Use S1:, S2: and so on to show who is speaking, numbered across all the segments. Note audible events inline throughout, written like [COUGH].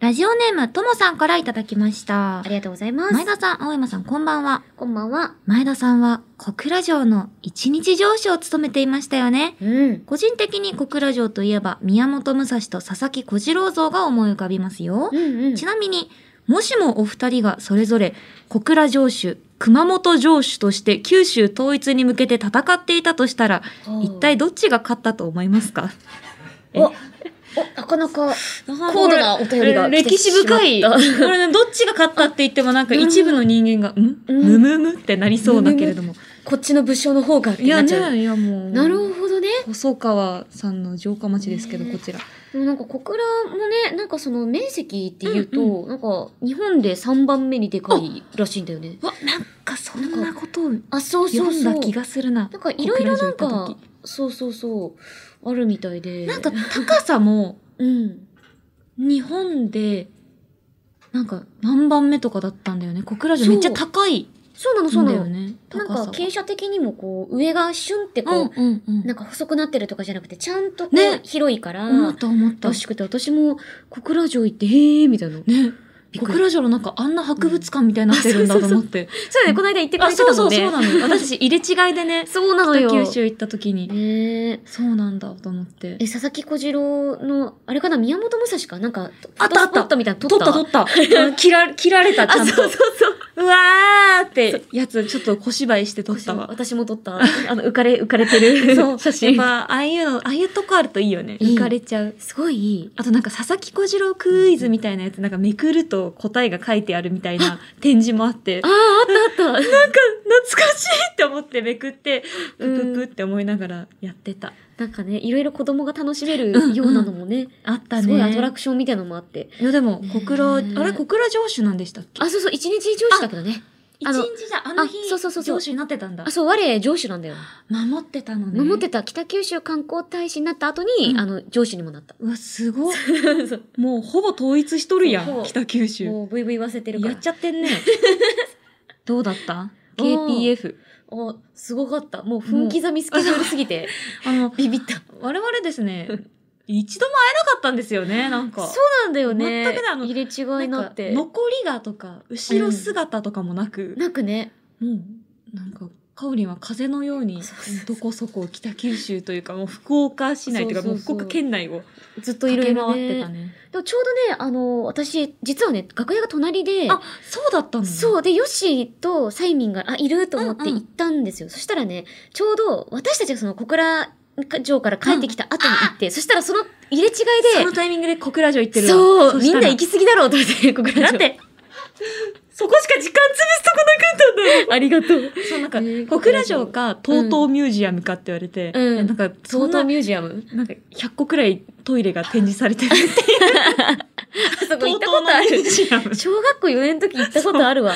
S1: ラジオネーム、ともさんからいただきました
S2: あ。りがとうございます。
S1: 前田さん、青山さん、こんばんは。
S2: こんばんは。
S1: 前田さんは、小倉城の一日城主を務めていましたよね。
S2: うん。
S1: 個人的に小倉城といえば、宮本武蔵と佐々木小次郎像が思い浮かびますよ
S2: う。んうん。
S1: ちなみに、もしもお二人がそれぞれ小倉城主、熊本城主として九州統一に向けて戦っていたとしたら、
S2: おう
S1: 一体どっちが勝ったと思いますか
S2: お、お、なかなか、高度なお便りが来て
S1: 歴史深い。
S2: しま
S1: こ
S2: っ
S1: れね、どっちが勝ったって言ってもなんか
S2: うん
S1: 一部の人間が、ん
S2: うん
S1: むむむってなりそうだけれども。
S2: こっちの武将の方がって
S1: い
S2: な
S1: や
S2: っちゃう。
S1: ね、いやもう。
S2: なるほどね。
S1: 細川さんの城下町ですけど、
S2: ね
S1: こちら。
S2: でもなんか小倉もね、なんかその面積っていうと、
S1: う
S2: なんか日本で3番目にでかいらしいんだよね。
S1: わ、なんかそんなことを
S2: あ、そうそう
S1: 読ん
S2: そう。
S1: だ気がするな。
S2: なんかいろいろ
S1: 小倉
S2: なん
S1: 城行
S2: か
S1: った、
S2: そうそうそう、あるみたいで。
S1: なんか、高さも
S2: うん。
S1: 日本で、なんか何番目とかだったんだよね。小倉城めっちゃ高いん
S2: そうなのそうな
S1: だよ
S2: の。
S1: ね。
S2: なん
S1: 高さ
S2: か
S1: が
S2: 傾斜的にもこう、上がシュンって
S1: う
S2: こう、
S1: んうんうん。
S2: なんか細くなってるとかじゃなくて、ちゃんとこう、
S1: ね
S2: 広いから、
S1: 思った思った
S2: ら。しくて、私も小倉城行って、へえーみたいな。
S1: ね。
S2: びっ
S1: 小
S2: くり。
S1: 倉城のなんかあんな博物館みたいになってるんだと思 [LAUGHS] って。
S2: そうだね、この間行ってく
S1: あ、
S2: れてた
S1: そうそう
S2: もんね。
S1: そうなの。私入れ違いでね、
S2: そうなの
S1: 北
S2: よ。
S1: 九州行った時に、
S2: ねえ。
S1: そうなんだと思って
S2: え、。佐々木小次郎の、あれかな、宮本武蔵かなんか、
S1: あったあった
S2: フォトスポットみたいなの
S1: 取
S2: 撮
S1: っ
S2: った
S1: 取った。
S2: [LAUGHS]
S1: うん切ら、切られた、ちゃ
S2: あ、
S1: ん
S2: そう
S1: と。
S2: そうそう。
S1: うわーって、やつ、ちょっと小芝居して撮ったわ。
S2: 私も撮った。 [LAUGHS] あの、浮かれ、浮かれてる
S1: そう、
S2: 写
S1: やっ
S2: 真。
S1: ぱ、ああいうの、ああいうとこあるといいよね。
S2: いい
S1: 浮かれちゃう。
S2: すごいいい。
S1: あとなんか、佐々木小次郎クイズみたいなやつ、なんかめくると答えが書いてあるみたいな展示もあって
S2: あ、あ、あったあった。
S1: なんか懐かしいって思ってめくって、ぷ
S2: うん
S1: ぷぷって思いながらやってた。
S2: [LAUGHS] なんかね、いろいろ子供が楽しめ
S1: うん
S2: るようなのもね、
S1: あったね。
S2: すごいアトラクションみたいなのもあって。
S1: いやでも、
S2: ね
S1: 小倉、あれ小倉城主なんでしたっけ
S2: あ、そうそう、一日上司だけどね。
S1: 一
S2: あの
S1: 日じゃ、あの日
S2: あ、そうそうそうそ
S1: 城
S2: う
S1: 主になってたんだ
S2: あ、。そう、我、上司なんだよ。
S1: 守ってたのね。
S2: 守ってた北九州観光大使になった後に、
S1: うん
S2: あの、上司にもなった。
S1: うわ、す [LAUGHS] ごっ。もうほぼ統一しとるや
S2: ほ
S1: ん、
S2: ぼ
S1: 北九州。
S2: もう、ブイブイ言わせてるか
S1: や
S2: ら
S1: っ。ちゃってんね。どうだった
S2: お
S1: ?KPF。
S2: [LAUGHS] お、すごかった。もう、分刻みスケジュールす
S1: [LAUGHS]
S2: ぎて、
S1: あの、
S2: ビビった。そ
S1: 我々です [LAUGHS] ね、一度も会えなかったんですよね、なんか。
S2: うなんだよね。
S1: 全くねあの
S2: 入れ違いに
S1: な
S2: なんっ
S1: か
S2: て。
S1: 残りがとか、後ろ姿とかもなく、
S2: なくね。
S1: もう、なんか、かおりんは風のように
S2: そうそうそ、う
S1: どこそこ北九州というか、もう福岡市内というか、
S2: そうそうそう
S1: もう福岡県内を
S2: ずっといろ
S1: 駆け
S2: いろ
S1: 回っ
S2: ね
S1: てた。ね。
S2: でもちょうどね、あの、私、実はね、楽屋が隣で、
S1: あ、そうだったの。
S2: そうう。で、ヨッシーとサイミンが、あ、いると思って
S1: うんうん
S2: 行ったんですよ。そしたらね、ちょうど私たちがその小倉城から帰ってきた後に行って、そしたらその入れ違い
S1: その
S2: で、
S1: タイミングで小倉城行ってるわ。
S2: そう、み
S1: したら
S2: んな行き過ぎだろうと思って、小倉
S1: だっ
S2: 城。
S1: て、そこしか時間潰すとこなかったんだよ。
S2: ありがとう。
S1: そうなんか、
S2: ね
S1: 小倉城か、東東ミュージアムかって言われて、
S2: うん
S1: いやなんか、そんな、
S2: ミュージアム。
S1: なんか、100個くらいトイレが展示され [LAUGHS] てる。
S2: あそこ
S1: 東
S2: 行った
S1: 東
S2: ことあ
S1: のミュー
S2: る。
S1: ジアム。か、
S2: 小学校4年の時行ったことあるわ。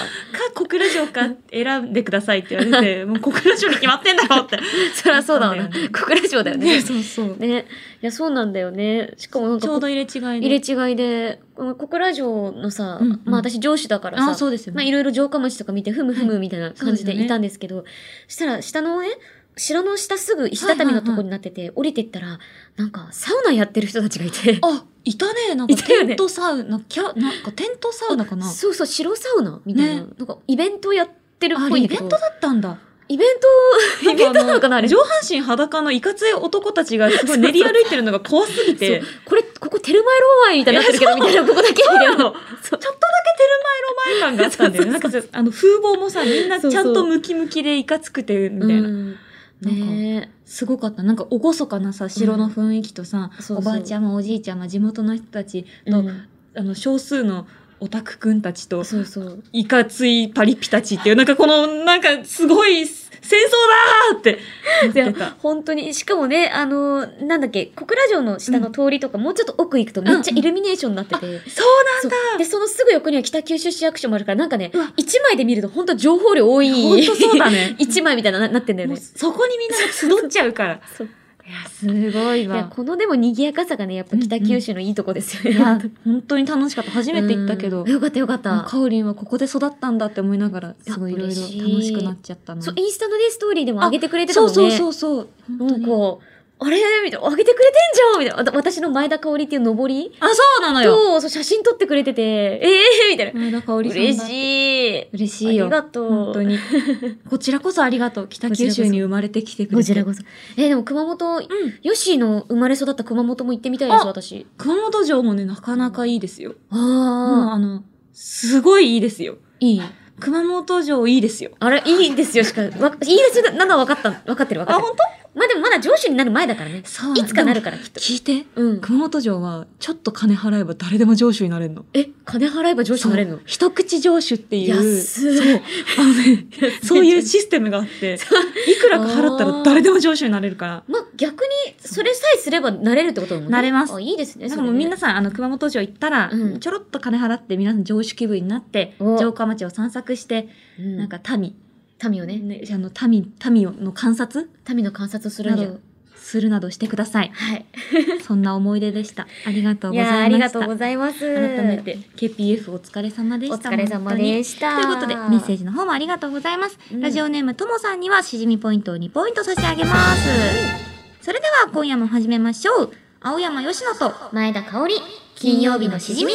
S1: 小倉城か選んでくださいって言わ [LAUGHS] れて、もう小倉城に決まってんだろうって。
S2: そりゃそうだわな。
S1: そうだよね
S2: 小倉城だよね。
S1: そうそう。
S2: ね。いや、そうなんだよね。しかもなんか
S1: ちょうど入れ違い
S2: 入れ
S1: で。
S2: 違いで、この小倉城のさ、
S1: うんうん
S2: まあ私上司だからさ、
S1: あ、そうですよ
S2: まあ、
S1: ね。
S2: いろいろ城下町とか見て、ふむふ
S1: は
S2: むみたいな感じでいたんですけど、したら、下のね、城の下すぐ石畳のとこになってて、降りてったら、なんか、サウナやってる人たちがいて、
S1: あ、いたね。なんか、
S2: いたよ
S1: テ
S2: ね
S1: ントサウナ、キャ、なんかテントサウナかな。
S2: [LAUGHS] そうそう、城サウナみたいな、
S1: ね
S2: なんか、イベントやってるっ
S1: あ
S2: ぽ
S1: れ、
S2: いん
S1: イ
S2: だけ
S1: ベン
S2: ど
S1: トだったんだ。
S2: イベント、イベントなのかなあれ。
S1: 上半身裸のいかつい男たちがすごい練り歩いてるのが怖すぎて
S2: そう。これ、ここテルマエローマエみたいになってるけど、
S1: い
S2: み
S1: やそう
S2: たいな、ここだけみ
S1: そう
S2: たい
S1: な
S2: な。
S1: の。ちょっとだけテルマエロマエ感があったんだよね。なんかさあの風貌もさ、みんなち
S2: そうそう
S1: ゃんとムキムキでいかつくて、みたいな。
S2: うん
S1: なんか、
S2: ね
S1: すごかった。なんか、おごそかなさ、城の雰囲気とさ、
S2: そうそう
S1: おばあちゃま、おじいちゃま、地元の人たち
S2: え
S1: と、
S2: うん
S1: あの、少数のオタクくんたちと、
S2: そうそう。
S1: いかついパリピたちっていう、なんかこの、なんか、すごい、戦争だーって、
S2: い
S1: なっ
S2: や
S1: てた。
S2: 本当に、しかもね、あの、なんだっけ、小倉城の下の通りとか、もうちょっと奥行くとめっちゃイルミネーションになってて、
S1: そうなん
S2: で、
S1: だ
S2: そのすぐ横には北九州市役所もあるから、なんかね
S1: うわ、
S2: 一枚で見ると本当情報量多い。
S1: ほんとそうだね。
S2: [LAUGHS] 一枚みたいなななってんだよ
S1: もう
S2: ね。
S1: そこにみんなが集っちゃうから。
S2: [LAUGHS] そう
S1: いや、すごい
S2: いや、このでも賑やかさがね、やっぱ北九州のいいとこですよね。
S1: いや、本当に楽しかった。初めて行ったけど
S2: うん、よかったよかった。
S1: カオリンはここで育ったんだって思いながら、すごいいろいろ
S2: 嬉しい
S1: 楽しくなっちゃったな。
S2: そ
S1: そうう、
S2: インスタのね、ストーリーでも上げてくれてた
S1: そ
S2: も
S1: うん
S2: ね。
S1: そうそうそう。本
S2: な
S1: 当
S2: ん
S1: に
S2: か、あれみたいな、上げてくれてんじゃんみたいなわた。私の前田香織っていう上り
S1: あ、そうなのよ。
S2: と、そう写真撮ってくれてて、ええみたいな。
S1: 前田香織さんだ。
S2: 嬉しい。
S1: 嬉しいよ。
S2: ありがとう。
S1: 本当に。 [LAUGHS] こちらこそありがとう。北九州に生まれてきてくれて。
S2: こちらこそ。えーでも熊本、
S1: うん。
S2: ヨッシーの生まれ育った熊本も行ってみたいです、
S1: あ
S2: 私。
S1: 熊本城もね、なかなかいいですよ。
S2: あ
S1: もう
S2: あ、
S1: あの、すごいいいですよ。
S2: いい。
S1: 熊本城いいですよ。
S2: あれ、いいですよ、しか、わ、いいですよ、なんだ分かった、分かってる分かってる。
S1: 当
S2: まあでもまだ上司になる前だからね。
S1: そう
S2: いつかなる
S1: で
S2: から、きっ
S1: も
S2: と。
S1: 聞いて。
S2: うん。
S1: 熊本城は、ちょっと金払えば誰でも城主になれるの。
S2: え、金払えば上司になれるの
S1: そう一口城主っていう。
S2: 安い
S1: そう。あの
S2: [LAUGHS]
S1: ね、
S2: 安い
S1: そういうシステムがあって、いくらか払ったら誰でも上手になれるから。
S2: まあ逆に、それさえすればなれるってことだもんね。
S1: なれます
S2: あ、いいです
S1: な
S2: ね。
S1: ん
S2: そ
S1: か
S2: れ
S1: も
S2: ね
S1: う皆さん、あの、熊本城行ったら、
S2: うん
S1: ちょろっと金払って、皆さん上手気分になって、
S2: お
S1: 城下町を散策して、
S2: うん、
S1: なんか民、
S2: 民をね、
S1: ね、あの、民、民をの観察
S2: 民の観察をするんだ
S1: などするなどしてくだ
S2: [LAUGHS]
S1: さい。
S2: はい。
S1: そんな思い出でした。ありがとう
S2: い
S1: ございました。
S2: やーありがとうございます。
S1: 改めて、KPF お疲れ様で
S2: お
S1: した。
S2: 疲れ様で
S1: し
S2: した。
S1: ということで、メッセージの方もありがとうございます。
S2: うん
S1: ラジオネームともさんには、しじみポイントを2ポイント差し上げます。それでは、今夜も始めましょう。青山よしのと、
S2: 前田香織、金曜日のしじみ。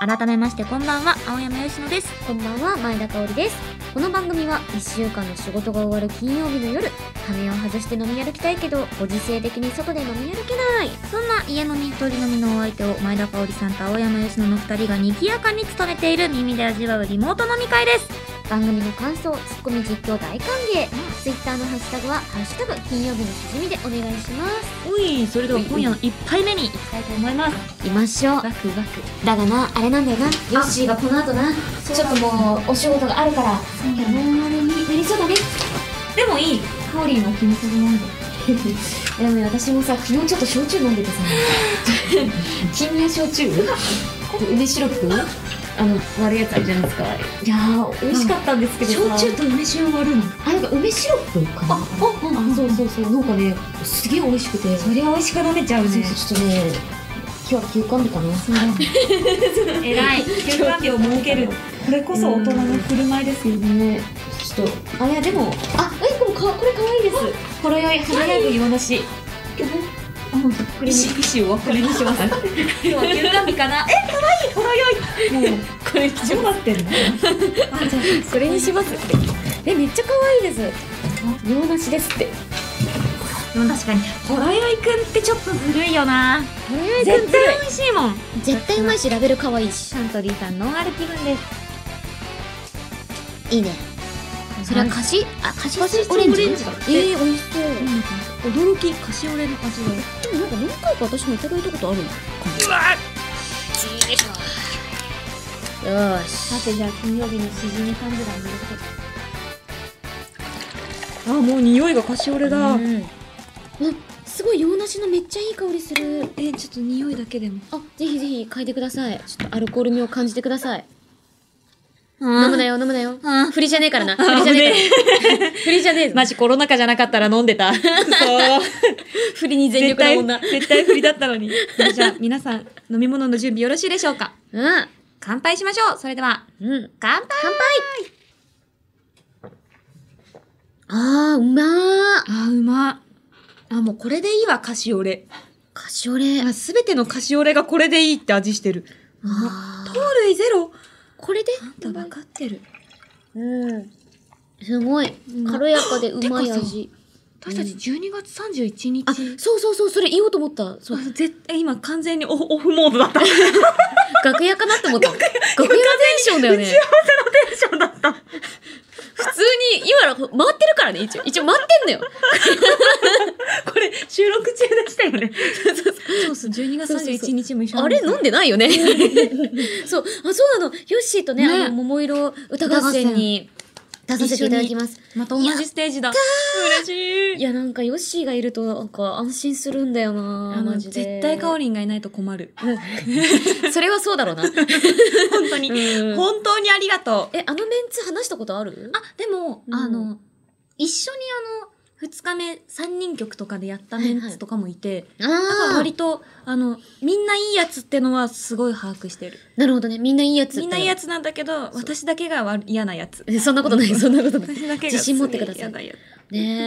S1: 改めましてこんばんは青山よしのです
S2: こんばんは、前田香織です。この番組は、1週間の仕事が終わる金曜日の夜、羽を外して飲み歩きたいけど、ご時世的に外で飲み歩けない。
S1: そんな家飲み鳥飲みのお相手を前田香織さんと青山よしのの2人がにぎやかに務めている耳で味わうリモート飲み会です
S2: 番組の感想、ツッコミ実況大歓迎。ツイッターのハッシュタグは、ハッシュタグ、金曜日のしじみでお願いします。
S1: おいそれでは今夜の1杯目にいきたいと思います
S2: いましょう。
S1: ワクワク
S2: だがな、あれなんだよな。ヨッシーがこの後な、ちょっともう、お仕事があるから、山割れになりそうだね。
S1: でもいい
S2: カオリンは気にするもんで。 [LAUGHS] でもね私もさ、昨日ちょっと焼酎飲んで [LAUGHS] てさ、金宮焼酎梅シロップあの、割るやつあるじゃないですか。いやー、美味しかったんですけどさ。
S1: と梅酒を割るの
S2: あ、なんか梅シロップかなあ、そうそうそう。なんかね、すげえ美味しくて。
S1: そりゃ美味しくなめちゃう
S2: そう
S1: ね
S2: そうちょっとね、今日は休館日かな。
S1: えらい休館日を設けるこれこそ大人の振る舞いですよね
S2: ね、ちょっと、あ、いや、でも、あ、え、でもか、これ可愛いです。ほろ酔い、華やぐ洋梨。これに、
S1: 意思をこれにします
S2: 今日は休館日かな。 [LAUGHS] え、
S1: ほろ酔い
S2: もう、これ、
S1: 始まって [LAUGHS] るの
S2: あ、じゃあ、これにしますって。え、めっちゃ可愛いです。洋梨ですって。
S1: でも確かにほろ酔いくんってちょっとずるいよな
S2: ほろ酔いくん
S1: 絶対美味しいもん
S2: 絶対うまいし、ラベル可愛いし
S1: サ。ントリーさんノンアル気分です
S2: いいね。それは
S1: カ
S2: 菓子、あ、菓子
S1: カシス
S2: オレンジ。
S1: オレンジだって
S2: えー、美味しそう。
S1: 驚きカシオレの味が
S2: でも、なんか、何回か、私もいただいたことあるの。よ
S1: うわ
S2: ーし。
S1: さてじゃあ金曜日のしじみ缶ぐらい入れてあもう匂いがカシオレだ、
S2: うんうんすごい洋梨のめっちゃいい香りする
S1: えちょっと匂いだけでも
S2: あぜひぜひ嗅いでくださいちょっとアルコール味を感じてください飲
S1: 飲
S2: むな
S1: よ
S2: よ飲むなよ
S1: あ
S2: 振りじゃねえからな振りじゃねえから振りじゃねえぞ
S1: マジコロナ禍じゃなかったら飲んで [LAUGHS] たそう
S2: 振りに全
S1: 絶
S2: 力
S1: 対
S2: な女
S1: 絶対振りだったのにじゃあ皆さん飲み物の準備よろしいでしょうか
S2: うん
S1: 乾杯しましょうそれでは
S2: うん
S1: 乾杯
S2: あーうまー
S1: あーうまあもうこれでいいわカシオレ
S2: カシオレあ
S1: すべてのカシオレがこれでいいって味してる
S2: ー
S1: 糖類ゼロ
S2: これで
S1: あんた分かってる
S2: うんすごい
S1: うん
S2: 軽やかでうまい
S1: てかさ
S2: 味
S1: 私たち12月31日、
S2: あそうそうそうそれ言おうと思ったそう
S1: あ絶対今完全にオフオフモードだ [LAUGHS] った完全に
S2: 楽屋かなって思った楽屋テンションだよ
S1: 打
S2: ね
S1: ち合わせのテンションだった
S2: 普通に今回ってるからね一応一応回ってんだよ
S1: これ収録中でしたよね。 [LAUGHS] そうそう、12月31日も一緒
S2: あれ飲んでないよねそうあそうなのヨッシーとね
S1: ね
S2: あの桃色歌合戦に出させていただきます
S1: また同じステージだ。嬉
S2: い
S1: しい。
S2: やなんかヨッシーがいるとなんか安心するんだよ
S1: あ
S2: な
S1: の
S2: マジ
S1: 絶
S2: で
S1: 対カオリンがいないと困る。
S2: それはそうだろうな
S1: 本当に、
S2: うん
S1: 本当にありがとう。
S2: えあのメンツ話したことある
S1: あ、でも、
S2: うん
S1: あの、一緒にあの、 2日目3人局とかでやったメンツとかもいて、だから
S2: ああ
S1: 割とあのみんないいやつってのはすごい把握してる
S2: なるほどねみんないいやつ
S1: みんないいや
S2: つ
S1: つなんだけど私だけが悪嫌なやつ
S2: そんなことないそんなことない
S1: 私だけが
S2: 自信持ってください
S1: すご嫌なや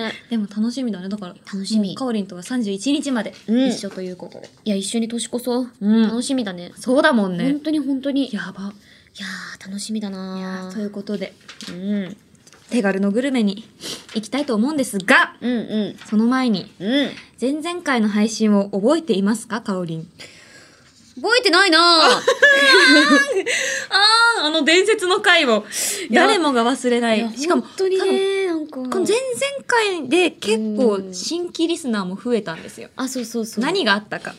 S2: ね
S1: つでも楽しみだねだから
S2: え楽しみ
S1: カオリンとは31日まで
S2: うん
S1: 一緒ということで、
S2: いや一緒に年越そう、
S1: うん
S2: 楽しみだね
S1: そうだもん
S2: 本当に本当にいや
S1: やば
S2: ー楽しみだな
S1: ということで
S2: うん
S1: 手軽のグルメに行きたいと思うんですが
S2: うんうん
S1: その前に
S2: うん
S1: 前々回の配信を覚えていますかカオリン
S2: 覚えてないなー
S1: あああの伝説の回を誰もが忘れないい
S2: や
S1: しかも
S2: 本当に
S1: 多分
S2: ねなんか
S1: この前々回で結
S2: う
S1: 構
S2: ん
S1: 新規リスナーも増えたんですよ
S2: あそうそうそう
S1: 何があったか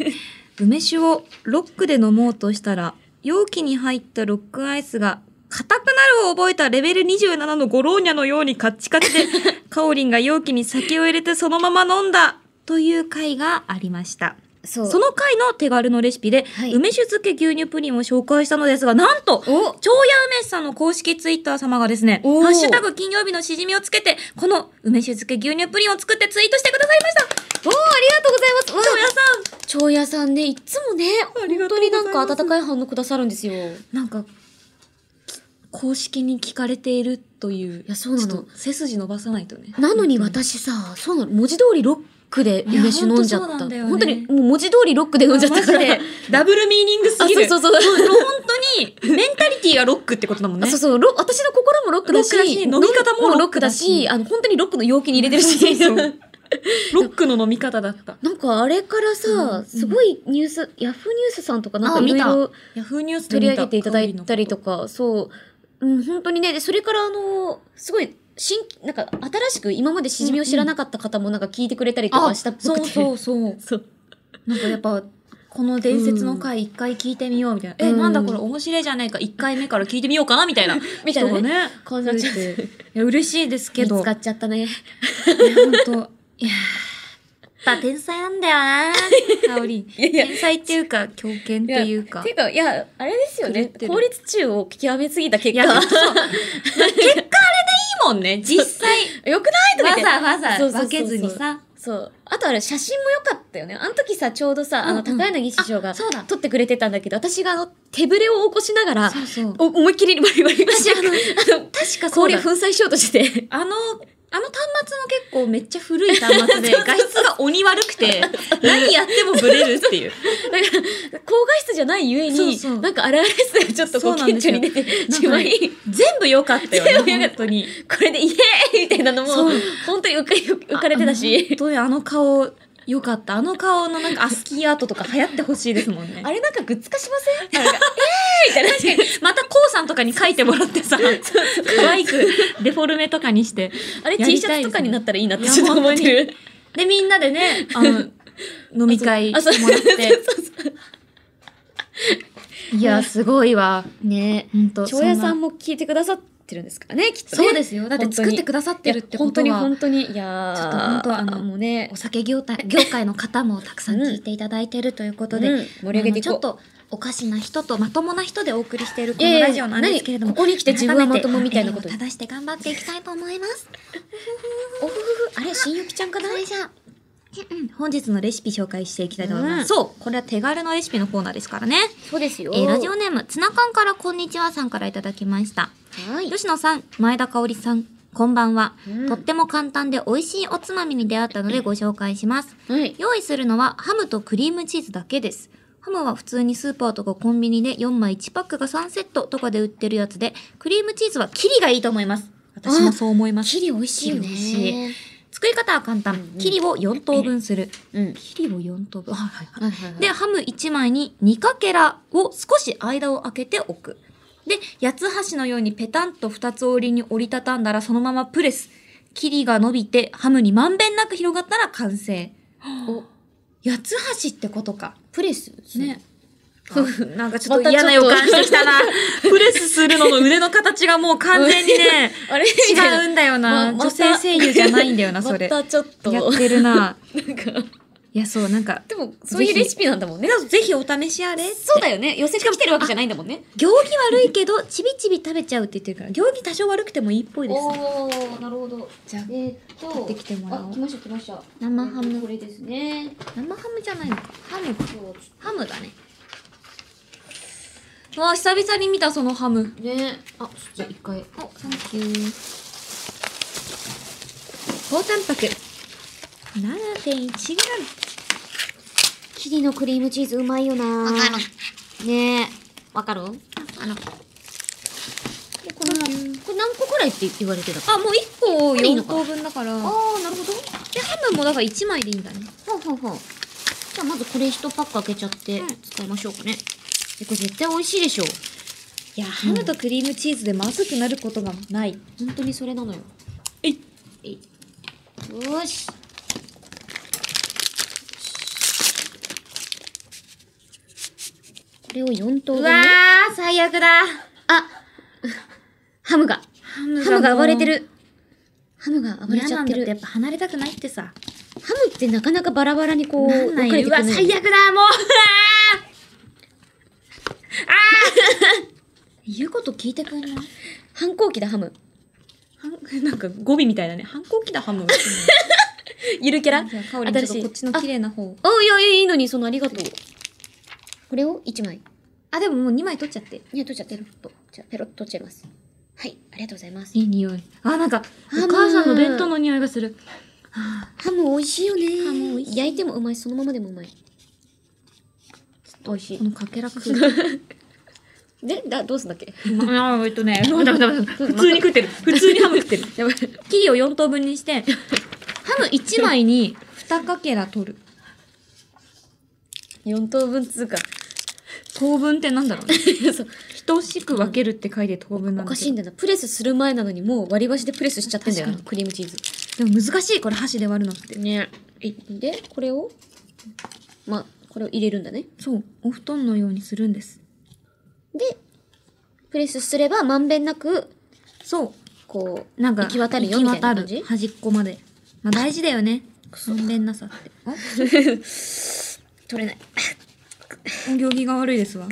S1: [LAUGHS] 梅酒をロックで飲もうとしたら容器に入ったロックアイスが硬くなるを覚えたレベル27のゴローニャのようにカッチカチでカオリンが容器に酒を入れてそのまま飲んだという回がありました
S2: そう
S1: その回の手軽のレシピで、
S2: はい
S1: 梅酒漬け牛乳プリンを紹介したのですがなんと
S2: お
S1: 超や梅さんの公式ツイッター様がですね、
S2: おー
S1: ハッシュタグ金曜日のしじみをつけて、この梅酒漬け牛乳プリンを作ってツイートしてくださいました
S2: おーありがとうございますわ
S1: 蝶
S2: あ
S1: やさ
S2: 蝶屋さんねいつもね
S1: ありが
S2: 本
S1: と
S2: 当
S1: うござ
S2: に
S1: います
S2: なんか温かい反応くださるんですよ
S1: んなんか、公式に聞かれているという。
S2: いやそうなの
S1: ちょっと背筋伸ばさないとね。
S2: なのに私さそうなの文字通りロックで梅酒飲んじゃった
S1: いや本当そうなんだよね
S2: 本当にもう文字通りロックで飲んじゃったから
S1: マジでダブルミーニングす
S2: あ
S1: ぎ
S2: そ
S1: る。
S2: うそう
S1: う
S2: そう
S1: そう。
S2: [LAUGHS]
S1: 本当に、メンタリティがロックってことだもん
S2: あ
S1: ね。
S2: そうそうロ私の心もロックだ
S1: ロ
S2: し
S1: ックだし飲み方もロックだし
S2: ロックだあの本当にロックの容器に入れてるし
S1: そうそう [LAUGHS] ロックの飲み方だった。
S2: なんかあれからさ、
S1: うん
S2: すごいニュース、ヤフーニュースさんとかなんか
S1: あ
S2: いろ
S1: 見
S2: い
S1: た
S2: ろ
S1: ヤフーニュースで
S2: 取
S1: 見
S2: り上げていただいたりと
S1: か。
S2: か、そう、うん、本当にね、で、それからあの、すごい、新、なんか新しく今までしじみを知らなかった方もなんか聞いてくれたりとか
S1: あ、
S2: したっぽ
S1: そ
S2: くて。
S1: うそうそう。
S2: そう。
S1: なんかやっぱ、この伝説の回一回聞いてみようみたいな。え、
S2: うん
S1: なんだこれ面白いじゃないか、一回目から聞いてみようかなみたいな。
S2: みたいなね。
S1: ね。
S2: 感
S1: 増
S2: じ
S1: え
S2: になっちゃ
S1: い
S2: って
S1: や、嬉しいですけ
S2: 見
S1: ど。
S2: つ
S1: い
S2: か
S1: や、
S2: っちゃったね。
S1: ほんと。 [LAUGHS] いやーやっぱ天才なんだよな香り。
S2: いやいや
S1: 天才っていうか、狂犬っていうか。
S2: ていうか、いや、あれですよ
S1: 狂っ
S2: ね
S1: て。る
S2: 効率中を極めすぎた
S1: い
S2: 結
S1: や、
S2: [LAUGHS]
S1: そう
S2: 果。
S1: 結果あれでいいもんね、実際。
S2: よくないとか
S1: わ
S2: 言って。
S1: ざわざ
S2: そうそうそうそう
S1: 分けずにさ。
S2: そう。あとあれ、写真も良かったよね。あの時さ、ちょうどさ、あの、
S1: うんうん
S2: 高柳師匠が
S1: あそうだ
S2: 撮ってくれてたんだけど、私があの、手ぶれを起こしながら、
S1: そうそう。
S2: お思いっきりバリバリバリ
S1: 私、あの、
S2: あの、
S1: 確かそう
S2: 氷
S1: だ
S2: を粉砕しようとして。
S1: あの、あの端末も結構めっちゃ古い端末
S2: [LAUGHS]
S1: で、画質が鬼悪くて、何やってもブレるっていう。
S2: 高画質じゃないゆえに、
S1: そうそう
S2: なんか荒々しさがちょっとこ
S1: そう
S2: う、
S1: なんで
S2: 顕
S1: す
S2: 著
S1: よ
S2: に出てしまい、
S1: 全部良かったよ
S2: [LAUGHS] 全部
S1: ね、
S2: 良かった
S1: 本当に。
S2: これでイエーイみたいなのも
S1: そう、
S2: 本当に浮か浮かれてた
S1: 本
S2: し。
S1: 当にあの顔、良かった。あの顔のなんかアスキーアートとか流行ってほしいですもんね。
S2: あれなんかグッズ化しませんなんかイエーイみたいな。確か
S1: [LAUGHS]
S2: に。
S1: またこうさんとかに書いてもら
S2: [LAUGHS]
S1: ってさ、可愛くデフォルメとかにして。
S2: あれ
S1: やり
S2: T
S1: た
S2: シ
S1: いですね
S2: ャツとかになったらいいなって
S1: いや
S2: ちょっと思ってる。
S1: で、みんなでね、あ
S2: [LAUGHS]
S1: の、飲み会
S2: あそう
S1: してもらって。いや、すごいわ。
S2: ね
S1: ほんと。
S2: 長屋さ
S1: も
S2: んも聞いてくださってるんですかね、きっとね。
S1: そうですよ。だって
S2: 本当
S1: 作
S2: に
S1: ってくださってるってこ
S2: 本
S1: と
S2: 当に
S1: は
S2: 本、当に。いやー
S1: ちょっと本当あの
S2: もうね
S1: お、酒業態業界の方もたくさん聞いていただいてるということで、
S2: うん盛り上げていこう
S1: あのちょっとおかしな人とまともな人でお送りしているこ
S2: いやい
S1: の
S2: や
S1: ラジオなんですけれども、
S2: 何ここに来て自分はまともみたいなこと
S1: 改めて礼を正して頑張っていきたいと思います。
S2: おふふふ、あれ、新ゆきちゃんかな
S1: それじゃあうん本日のレシピ紹介していきたいと思います。
S2: うん
S1: そう、これは手軽のレシピのコーナーですからね。
S2: そうですよ
S1: えーラジオネーム、ツナ缶からこんにちはさんからいただきました。
S2: はい。
S1: 吉野さん、前田香織さん、こんばんは。
S2: うん
S1: とっても簡単で美味しいおつまみに出会ったのでご紹介します。
S2: はい。
S1: 用意するのはハムとクリームチーズだけです。ハムは普通にスーパーとかコンビニで4枚1パックが3セットとかで売ってるやつで、クリームチーズはキリがいいと思います。私もそう思います。
S2: キリ美味しいよね。
S1: キリ美味し作り方は簡単。キリを4等分する。
S2: うん。
S1: キリを4等分。はいはいはい
S2: はいはいはい
S1: で、ハム1枚に2かけらを少し間を空けておく。で、八つ橋のようにペタンと二つ折りに折りたたんだらそのままプレス。切りが伸びてハムにまんべんなく広がったら完成。
S2: お
S1: 八つ橋ってことか。
S2: プレス。
S1: ね。なんかち
S2: ょっと嫌な予感してき [LAUGHS]
S1: たな。プレスするのの腕の形がもう完全に
S2: [LAUGHS]
S1: ね、
S2: あれ
S1: 違うんだよな。
S2: ままた [LAUGHS]
S1: 女性声優じゃないんだよな、
S2: ま
S1: それ。
S2: たちょっと。
S1: やってるな。
S2: なんか、
S1: いや、そう、なんか、
S2: でも、そういうレシピなんだもんね。
S1: ぜひお試しあれ
S2: そうだよね。寄せてきてるわけじゃないんだもんね。
S1: 行儀悪いけど、ちびちび食べちゃうって言ってるから、行儀多少悪くてもいいっぽいです。
S2: おー、なるほど。
S1: じゃあ
S2: え、ーっと、
S1: 取ってきてもらおう
S2: あ、来ました来ました。
S1: 生ハム
S2: これですね。
S1: 生ハムじゃないのか。ハムか。
S2: そう
S1: ハムだね。わあ、久々に見た、そのハム。
S2: ねあ、じゃあ一回。
S1: お、サンキュー。高タンパク。7.1g。
S2: キリのクリームチーズうまいよなわ
S1: か
S2: る。ねわかるこ
S1: あの、
S2: れこれ何個くらいって言われてた
S1: あ、もう1個を
S2: これいいの
S1: 4
S2: か
S1: 等分だから。
S2: あー、なるほど。
S1: で、ハムもだから1枚でいいんだね。
S2: ほうほうほう。じゃあまずこれ一パック開けちゃって
S1: うん
S2: 使いましょうかね。えこれ絶対美味しいでしょ。
S1: いや、ハムとクリームチーズでまずくなることがない。
S2: 本当にそれなのよ。
S1: えい
S2: えい。よーし。これを4等分ね。
S1: ー、最悪だ。
S2: あハムが。
S1: ハム
S2: ハムが
S1: もう
S2: 暴れて。る。ハムが暴れ
S1: 嫌
S2: ちゃ
S1: な
S2: っ
S1: ん
S2: て
S1: だっ
S2: る。
S1: て
S2: ハ
S1: やっぱ離れたくないってさ。
S2: ムってなかなかバラバラにこう、
S1: なんな
S2: 分かれ
S1: い
S2: て
S1: う
S2: くれ
S1: わ、
S2: ない。
S1: 最悪だ、もう。あー言うこと聞いてくんない
S2: 反抗期だ、ハム。
S1: [LAUGHS] なんか語尾みたいだね。反抗期だハム。
S2: ゆるキャラ
S1: じゃあ、かおりんちょっとこっちの綺麗な方。
S2: あ、いやいや、いいのに、そのありがとう。これを1枚。
S1: あ、でももう2枚取っちゃって。
S2: ね、取っちゃってる。と。じゃあ、ペロッと取っちゃいます。はい、ありがとうございます。
S1: いい匂い。あ、なんか、
S2: ム
S1: お母さんの弁当の匂いがする。
S2: ハム美味しいよね。
S1: ハム美味しい
S2: 焼いてもうまいし、そのままでもうまい。美味し
S1: こ
S2: い。
S1: のかけら [LAUGHS] かする。
S2: で、だ、どうすんだっけ
S1: あー、えっとね、ダメダメダメ [LAUGHS] 普通に食ってる。普通にハム食ってる。 [LAUGHS]
S2: やばい。
S1: 切りを4等分にして、ハム1枚に2かけら取る。
S2: 4等分つうか。
S1: 等分ってなんだ [LAUGHS] ろうね。
S2: そう。
S1: 等しく分けるって書いて等分な
S2: お
S1: ん
S2: か
S1: だ
S2: し
S1: け
S2: い
S1: ど
S2: ん。だよな。プレスする前なのに、もう割り箸でプレスしちゃってんだよな。
S1: 確
S2: クリームチーズ。
S1: でも難しい、これ箸で割るのって。
S2: ね。で、これを、まあ、これを入れるんだね。
S1: そう、お布団のようにするんです。
S2: で、プレスすればまんべんなく、
S1: そう、
S2: こう、 [LAUGHS]
S1: なんか
S2: 行き渡るよみたいな感じ
S1: 行き渡る端っこまでまあ大事だよねまんべんなさって
S2: 取れない。
S1: お行儀が悪いです [LAUGHS] わ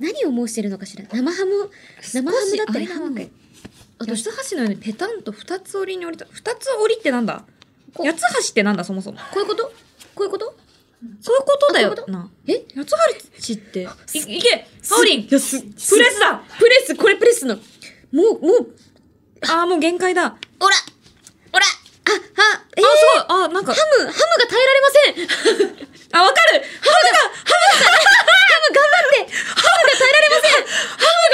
S2: 何を申してるのかしら生ハム、生ハムだったり
S1: 少し
S2: ハム
S1: 間を
S2: あ
S1: 八
S2: と
S1: つ橋のようにペタンと二つ折りに折りた二つ折りってなんだ
S2: こう
S1: 八つ橋ってなんだそもそも
S2: こういうことこういうこと
S1: そういうことだよ
S2: あそういうこ
S1: な
S2: え
S1: 八つ橋っていいけハオリンプ
S2: プ
S1: レ
S2: レ
S1: ス
S2: ス
S1: だ
S2: プレスこれプレスのもう、もう、
S1: あーもう限界だあ
S2: おらおらあ、は、え
S1: ーす
S2: ー、
S1: ごいあーなんか
S2: ハム、ハムが耐えられませんハム
S1: あわかる
S2: 頑張って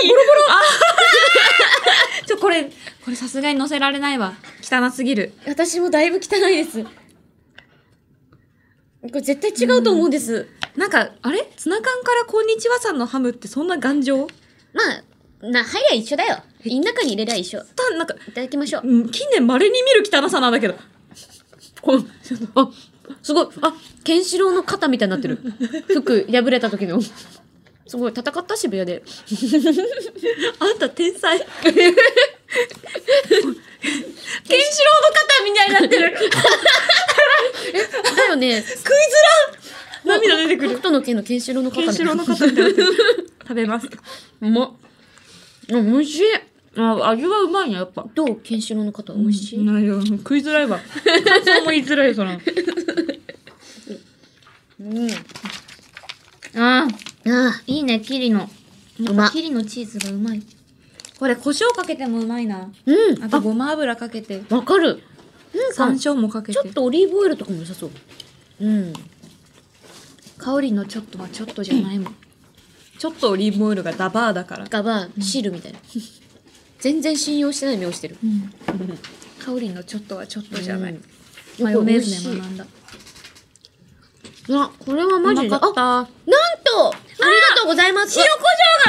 S1: ボロボロ [LAUGHS] ちょこれこれさすがに乗せられないわ汚すぎる
S2: [LAUGHS] 私もだいぶ汚いです。これ絶対違うと思うんです。
S1: なんかあれツナ缶からこんにちはさんのハムってそんな頑丈
S2: まあ、な、入りゃ一緒だよ。胃の中に入れりゃ一緒。
S1: たなんか
S2: いただきましょう。
S1: うん近年稀に見る汚さなんだけど。この、ちょっと
S2: あ、すごい。あ、ケンシロウの肩みたいにな
S1: [LAUGHS]
S2: ってる。服破れた時の。すごい、戦った渋谷で。
S1: あんた天才。ケンシロウの肩みたいになってる。クイズ
S2: だよね。
S1: ラン [LAUGHS] 涙出てく
S2: 北
S1: る。
S2: 斗の剣のケンシロウの肩
S1: ケン
S2: みた
S1: シ
S2: い
S1: ロウ
S2: な。
S1: の肩みたいになってる。食べます。
S2: うまっ。うん美味しい。
S1: あ、味はうまいね、やっぱ。
S2: どうケンシロウの肩美
S1: 美
S2: 味
S1: 味
S2: し
S1: し
S2: い、
S1: い。なるほど食いづらいわ。感想も言いづらい、そら。
S2: うん、
S1: あ
S2: ああ、
S1: いいね、キリの。
S2: うま
S1: キリのチーズがうまい。これ、胡椒かけてもうまいな。
S2: うん。
S1: あと、ごま油かけて、
S2: あ、わかる。な
S1: 山
S2: んか、
S1: 椒もかけ
S2: ち
S1: て
S2: ょ。っとオリーブオイルとかも良さそう。うん。
S1: 香りのちょっとはちょっとじゃないもん。ちょっとオリーブオイルがダバーだから。
S2: ガバ、汁みたいな。全然信用してない目をしてる。
S1: うん。香りのちょっとはちょっとじゃない。
S2: うん
S1: マヨネーズ
S2: よ
S1: で
S2: く美味
S1: 学んだ。
S2: しいあ、これはマジで。
S1: うまかった
S2: あなんとありがとうございます。
S1: 塩コシ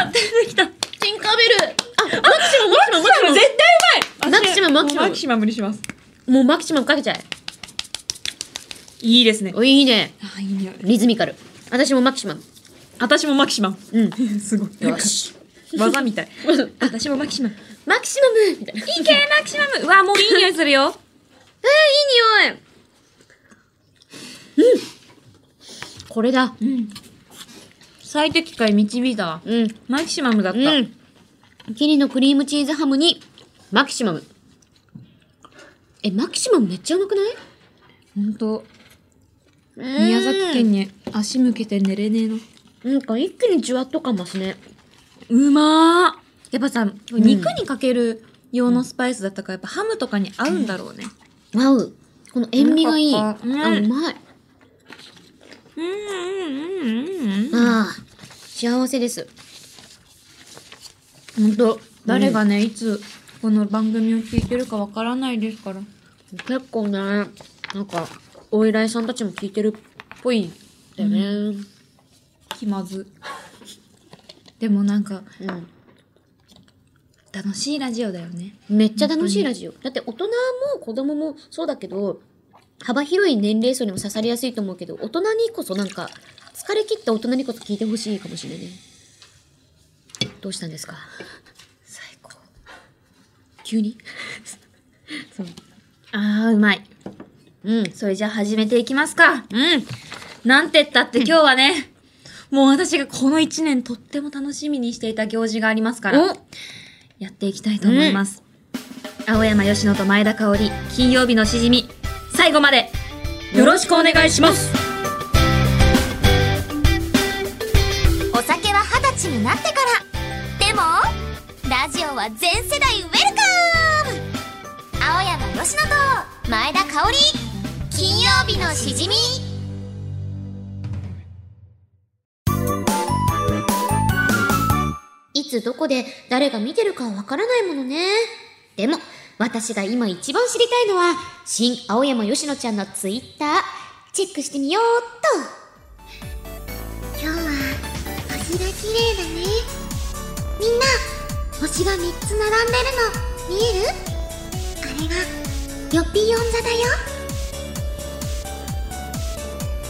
S1: ョウが出てきた。
S2: ティンカーベルあ、マキシマム、マキシマム、マキシマム
S1: 絶対うまい
S2: マキシマムマキシマム
S1: マキシマムにします。
S2: もうマキシマムかけちゃえ。
S1: いいですね。
S2: おいいね。
S1: あ、いい匂い。
S2: リズミカル。私もマキシマム。
S1: 私もマキシマム。
S2: うん。
S1: [LAUGHS] すごい。
S2: よし。
S1: 技みたい。私もマキシマム。
S2: [LAUGHS] マキシマムみたいな。いい
S1: いけマキシマムうわ、もういい匂いするよ。
S2: えー、いい匂い。
S1: これだ。
S2: うん。最適解導いたわ。
S1: うん。マキシマムだった。うん。
S2: うん。キリのクリームチーズハムに、マキシマム。え、マキシマムめっちゃうまくない
S1: 本当宮崎県に足向けて寝れねえの。
S2: なんか一気にじゅわっと感ますね。
S1: うまーやっぱさ、
S2: ん
S1: 肉にかける用のスパイスだったから、やっぱハムとかに合うんだろうね。
S2: 合う。この塩味がいい。
S1: うま
S2: あ、
S1: かっ
S2: う
S1: たうん
S2: まい。
S1: うんうんうんうん。
S2: ああ、幸せです。ほんと、
S1: 誰
S2: 誰が、
S1: がね、いつこの番組を聞いてるかわからないですから。
S2: 結構ね、なんか、お依頼さんたちも聞いてるっぽいんだよね。うん。
S1: 気まず。でもなんか、楽しいラジオだよね。
S2: めっちゃ楽しいラジオ。だって大人も子供もそうだけど、幅広い年齢層にも刺さりやすいと思うけど、大人にこそなんか、疲れ切った大人にこそ聞いてほしいかもしれないね。どうしたんですか
S1: 最高。
S2: 急に
S1: あー、うまい。
S2: うん。
S1: それじゃあ始めていきますか。
S2: うん。
S1: なんてったって今日はね、もう私がこの一年とっても楽しみにしていた行事がありますから、やっていきたいと思います。青山吉野と前田香織、金曜日のしじみ、最後までよろしくお願いします
S3: お酒は二十歳になってからでもラジオは全世代ウェルカム青山佳乃と前田香織金曜日のしじみ
S2: いつどこで誰が見てるかわからないものね。でも、私が今一番知りたいのは、新青山よしのちゃんのツイッター、チェックしてみようっと。
S3: 今日は星が綺麗だねみんな星が3つ並んでるの見えるあれがヨッピーヨン座だよ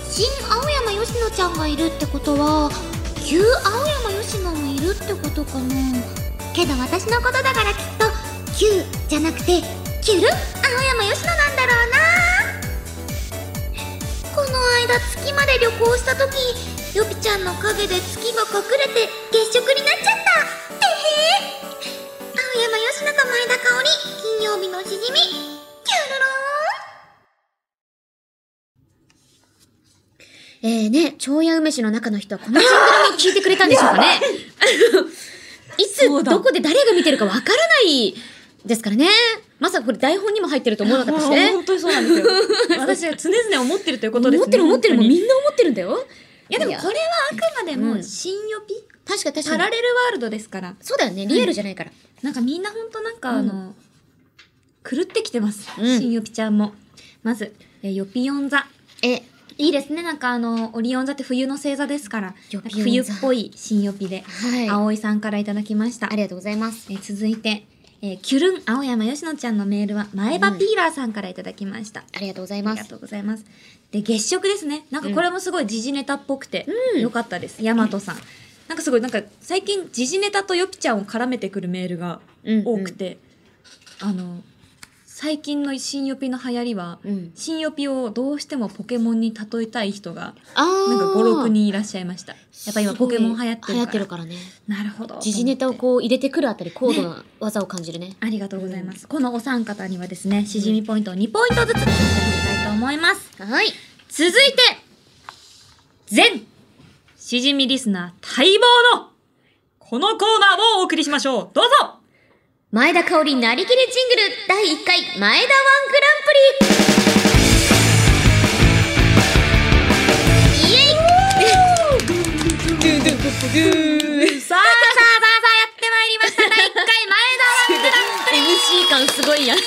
S2: 新青山よしのちゃんがいるってことは、旧青山よしのもいるってことかな。
S3: けど私のことだからきっとキューじゃなくてキュル青山佳乃なんだろうなこの間月まで旅行した時よぴちゃんの影で月が隠れて月食になっちゃったてへー青山佳乃と前田香織金曜日のしじみキュルロ
S2: えーね、蝶や梅酒の中の人はこのジングルに聞いてくれたんでしょうかねいつ、
S1: そうだ
S2: どこで誰が見てるかわからないですからね。まさかこれ台本にも入ってると思わなかったしね。
S1: 本当にそうなん
S2: [LAUGHS]
S1: ですよ。私は常々思ってるということですね。
S2: 思ってる思ってる、もう
S1: 本当に
S2: みんな思ってるんだよ。
S1: いやでもこれはあくまで
S2: う
S1: も
S2: ん
S1: 新予備、
S2: 確かに
S1: パ
S2: 確か
S1: ラ
S2: に。
S1: レルワールドですから。
S2: そうだよね、リアルじゃないから。
S1: なんかみんなほんとなんかあの、狂ってきてます。
S2: うん
S1: 新予備ちゃんも。まず、えーヨピヨン座。
S2: え、
S1: いいですね。なんかあの、オリオン座って冬の星座ですから、
S2: ヨピヨン座
S1: 冬っぽい新予備で、
S2: はい。
S1: 葵さんからいただきました
S2: あ。りがとうございます。
S1: えー続いて、えーキュルン青山よしのちゃんのメールは、前歯ピーラーさんからいただきました。
S2: ありがとうござい
S1: あ
S2: ま
S1: りが
S2: す。
S1: とうございます。で、月食ですね。なんかこれもすごい時事ネタっぽくて、よかったです。ヤマトさん。なんかすごい、なんか最近時事ネタとヨピちゃんを絡めてくるメールが
S2: うんうん
S1: 多くて、あの、最近の新ヨピの流行りは、
S2: うん。
S1: 新ヨピをどうしてもポケモンに例えたい人が、
S2: あー。
S1: なんか5、6人いらっしゃいました。やっぱ今
S2: すご
S1: ポ
S2: い
S1: ケモン流行ってるから。
S2: 流行ってるからね。
S1: なるほど。
S2: 時事ネタを
S1: う。
S2: こう入れてくるあたり、高度な技を感じるね。
S1: ありがとうございます。このお三方にはですね、しじみポイントを2ポイントずつ差し上げたいと思います。
S2: はい。
S1: 続いて、全、しじみリスナー待望の、このコーナーをお送りしましょう。どうぞ
S2: 前田香織なりきりジングル第1回前田ワングランプリイエイ
S1: さ
S2: さ
S1: あさあさあさあやってまいりました。第1回前田ワングランプ
S2: あ MC 感すごいやん。
S1: リ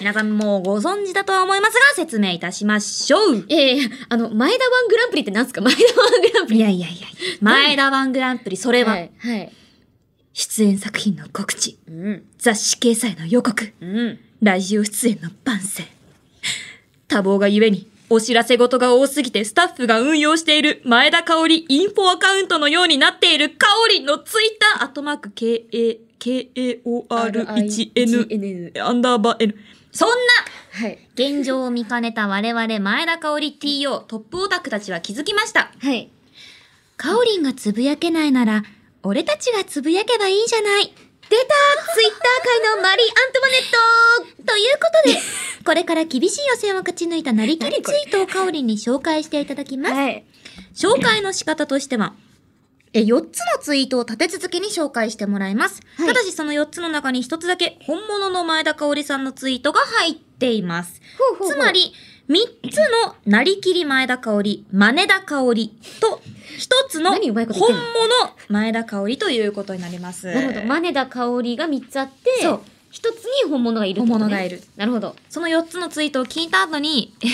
S1: 皆さんもうご存知だとは思いますが、説明いたしましょう。
S2: ええあの、前田ワングランプリってなんすか前田ワングランプ
S1: いやいやいや、前田ワングランプリ、それ
S2: リ。
S1: は、
S2: い。はい。
S1: 出演作品の告知、
S2: うん。
S1: 雑誌掲載の予告、
S2: うん。
S1: ラジオ出演の番宣。多忙がゆえに、お知らせ事が多すぎてスタッフが運用している前田香織インフォアカウントのようになっている香織のツイッター、アットマーク KA、KAOR1N、アンダーバー N。そんな
S2: はい。
S1: 現状を見かねた我々前田香織 TO トップオタクたちは気づきました。
S2: はい。
S1: かおりんがつぶやけないなら、俺たちがつぶやけばいいじゃない。出たツイッター界のマリー・アントワネットということ
S2: [LAUGHS]
S1: で、これから厳しい予選を勝ち抜いたなりきりツイートをかおりんに紹介していただきます。
S2: はい。
S1: 紹介の仕方としては、え、4つのツイートを立て続けに紹介してもらいます。
S2: はい
S1: ただしその4つの中に1つだけ本物の前田香織さんのツイートが入っています。つまり、3つのなりきり前田香織、真似田香織と、1つの
S2: 何う
S1: 本
S2: まいこと言って
S1: 物
S2: んの
S1: 前田香織ということになります。
S2: なるほど。マネダ香りが3つあって、
S1: そう。
S2: 一つに本物がいるってこ
S1: 本
S2: と、ね。
S1: 物がいる。
S2: なるほど。
S1: その4つのツイートを聞いた後に、 [LAUGHS] え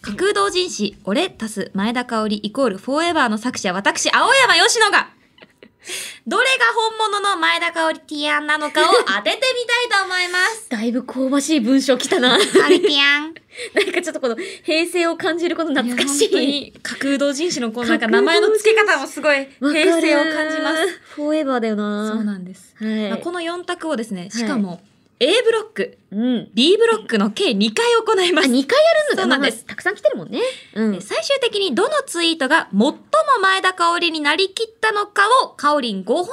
S1: 架空同人誌、俺足す前田香織イコールフォーエバーの作者、私、青山吉野が、どれが本物の前田香織ティアンなのかを当ててみたいと思います。
S2: だいぶ香ばしい文章来たな。 [LAUGHS]
S1: 香織ティ [LAUGHS] アン。
S2: なんかちょっとこの平成を感じるこの懐かし
S1: いや本当
S2: い。
S1: に架空同人誌のこのなんか
S2: 架空
S1: 名前の
S2: 同人誌
S1: 付け方もすごい
S2: わかる
S1: 平成を感じます。。
S2: フォーエバーだよな。
S1: そうなんです。
S2: はい。
S1: まあこの4択をですね、
S2: い
S1: しかも A ブロック、
S2: うん。
S1: B ブロックの計2回行い
S2: あ、
S1: ま
S2: 2
S1: す
S2: 回。やるん
S1: そ
S2: だ
S1: うなんです
S2: まあまあたくさん来てるもんね。う
S1: で。最終的にどのツイートが最も前田香織になりきったのかを、香織んご本人に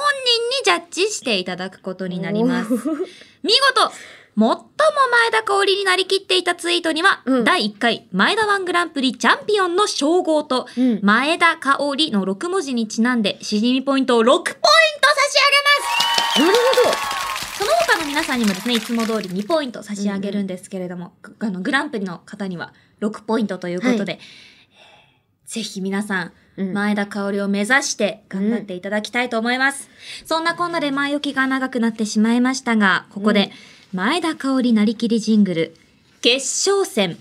S1: ジャッジしていただくことになります。
S2: おー。
S1: 見事、最も前田香織になりきっていたツイートには、
S2: うん
S1: 第1回前田ワングランプリチャンピオンの称号と、
S2: うん。
S1: 前田香織の6文字にちなんで、しじみポイントを6ポイント差し上げます
S2: なるほど。
S1: その他の皆さんにもですね、いつも通り2ポイント差し上げるんですけれども、あの、グランプリの方には6ポイントということで、えーぜひ皆さん、
S2: うん
S1: 前田香織を目指して頑張っていただきたいと思います。そんなこんなで前置きが長くなってしまいましたが、ここで、前田香織なりきりジングル、決勝戦、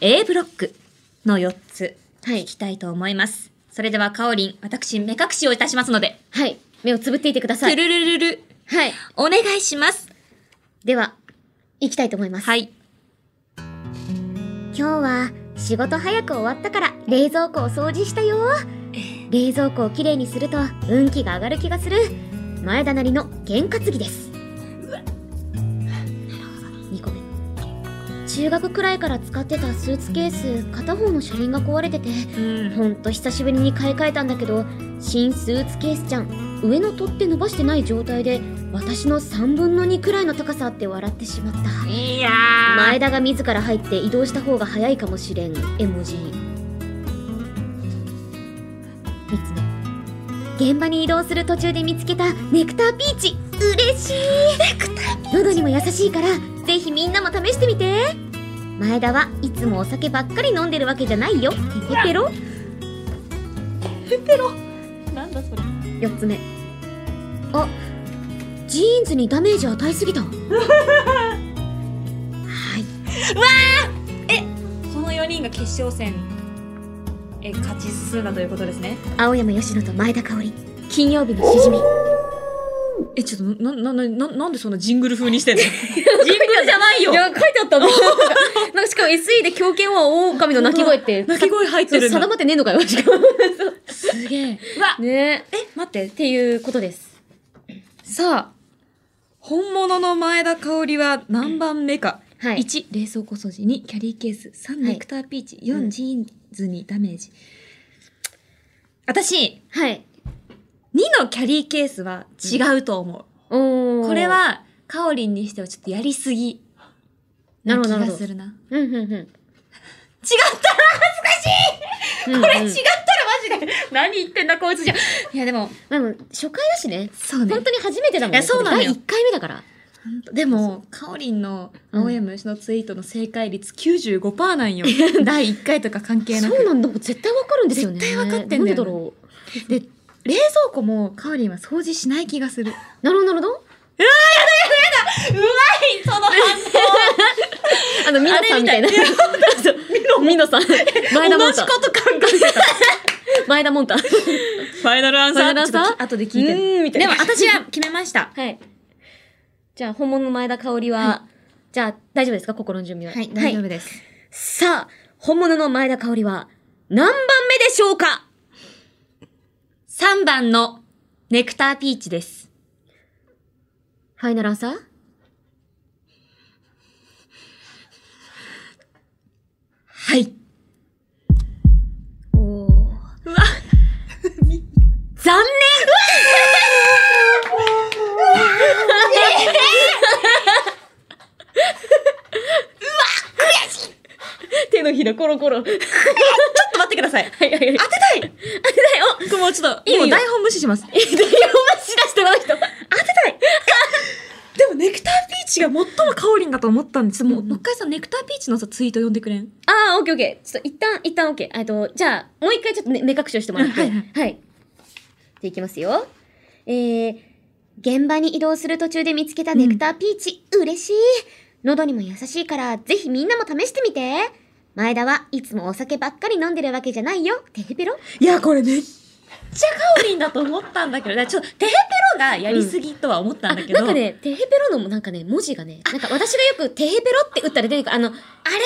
S1: A ブロックの4つ、
S2: は
S1: 聞
S2: い
S1: き。たいと思います。それでは、香織、私、目隠しをいたしますので、
S2: はい。目をつぶっていてくださ
S1: トゥ
S2: い。
S1: ルルルル、
S2: はい。
S1: お願いします。
S2: では、行きたいと思います。
S1: はい。
S2: 今日は、仕事早く終わったから、冷蔵庫を掃除したよ。冷蔵庫をきれいにすると、運気が上がる気がする。前田なりの験担ぎです。2個目。中学くらいから使ってたスーツケース、片方の車輪が壊れてて、
S1: うん。
S2: ほんと久しぶりに買い替えたんだけど新スーツケースちゃん上の取っ手伸ばしてない状態で私の3分の2くらいの高さあって笑ってしまった
S1: いや
S2: 前田が自ら入って移動した方が早いかもしれん絵文字3つ目現場に移動する途中で見つけたネクターピーチ嬉しいネクター喉にも優しいからぜひみんなも試してみて前田はいつもお酒ばっかり飲んでるわけじゃないよペペペロ
S1: ー。なんだそれ。
S2: 4つ目あジーンズにダメージ与えすぎたはい
S1: この4人が決勝戦え勝ち進んだということですね。
S2: 青山佳乃と前田香織金曜日のしじみ
S1: え、ちょっと、な、な、な、ななんでそんなジングル風にしてん [LAUGHS] のジングルじゃないよ
S2: いや書いてあったの [LAUGHS] なんかしかも SE で狂犬は狼 [LAUGHS] の鳴き声って
S1: 鳴き声入って
S2: そう
S1: るん
S2: 定
S1: だ。
S2: まってねえの [LAUGHS] かよしかも
S1: すげえ。うわ
S2: ねえ
S1: え、待って
S2: っ。ていうことです
S1: さあ、本物の前田香織は何番目か。
S2: はい
S1: 1、冷蔵庫掃除。2、キャリーケース。3、
S2: はい
S1: ネクターピーチ。4、
S2: うん
S1: ジーンズにダメージ。私、
S2: はい
S1: 2のキャリーケースは違うと思う。
S2: おー
S1: これは、かおりんにしてはちょっとやりすぎ。
S2: なるほど
S1: 気が
S2: なるほど
S1: するな。違っ
S2: うんうんうん
S1: た
S2: うんうん
S1: これ違ったらマジで何言ってんだこいつじゃ。いやでも、
S2: まあでも初回だしね
S1: そうね
S2: 本。当に初めてだもん
S1: いやそうなのよ
S2: 第1回目だから
S1: でも、かおりんの青山吉のツイートの正解率95%なんよ。 [LAUGHS] 第1回とか関係な
S2: そう
S1: く。
S2: なんだもう絶対わかるんですよね
S1: 絶対わかってんだよね
S2: なんでだろう
S1: で、冷蔵庫もかおりんは掃除しない気がす [LAUGHS] る。
S2: なるほどなるほど
S1: うまいその反
S2: あのミノさんみたいな
S1: あれ
S2: [LAUGHS] ミノさん前田モンタ
S1: と考えてた。
S2: 前田モンタ
S1: ファイナルアン
S2: サー
S1: ちょっと後で聞いてる。
S2: ーんみ
S1: でも
S2: でも
S1: 私 [LAUGHS] は決めました。
S2: はいじゃあ本物の前田香織は、
S1: は
S2: じゃあ大丈夫ですか心の準備は
S1: はい、大丈夫です。
S2: さあ本物の前田香織は何番目でしょうか
S1: 3番のネクターピーチです。
S2: ファイナルアンサー
S1: はい。おお。うわ。残念 [LAUGHS] 手のひらコロコ
S2: [LAUGHS]
S1: ロ。ちょっと待ってください。
S2: はいはいはい。
S1: 当てたい
S2: 当てないお
S1: 僕もうちょっと、
S2: いいよ
S1: もう台本無視します。
S2: え、でも、マジ出してこの人。
S1: 当てたい [LAUGHS] でもネクターピーチが最もカオリンだと思ったんです。もう、もう一回さ、ネクターピーチのさ、ツイート読んでくれん
S2: ああ、オッケーオッケー。ちょっと一旦、一旦オッケー。えっと、じゃあ、もう一回ちょっと、ね、目隠しをしてもらっ
S1: は
S2: て。はいい、
S1: は
S2: はいい。じゃあ、いきますよ。えー、現場に移動する途中で見つけたネクターピーチ、嬉しい。喉にも優しいから、ぜひみんなも試してみて。前田はいつもお酒ばっかり飲んでるわけじゃないよ。テヘペロ
S1: いや、これめっちゃカオリンだと思ったんだけど、ね、ちょっと、テヘペロがやりすぎとは思ったんだけど。
S2: なんかね、テヘペロのもなんかね、文字がね、なんか私がよくテヘペロって打ったら出てくる、あの、
S1: あれ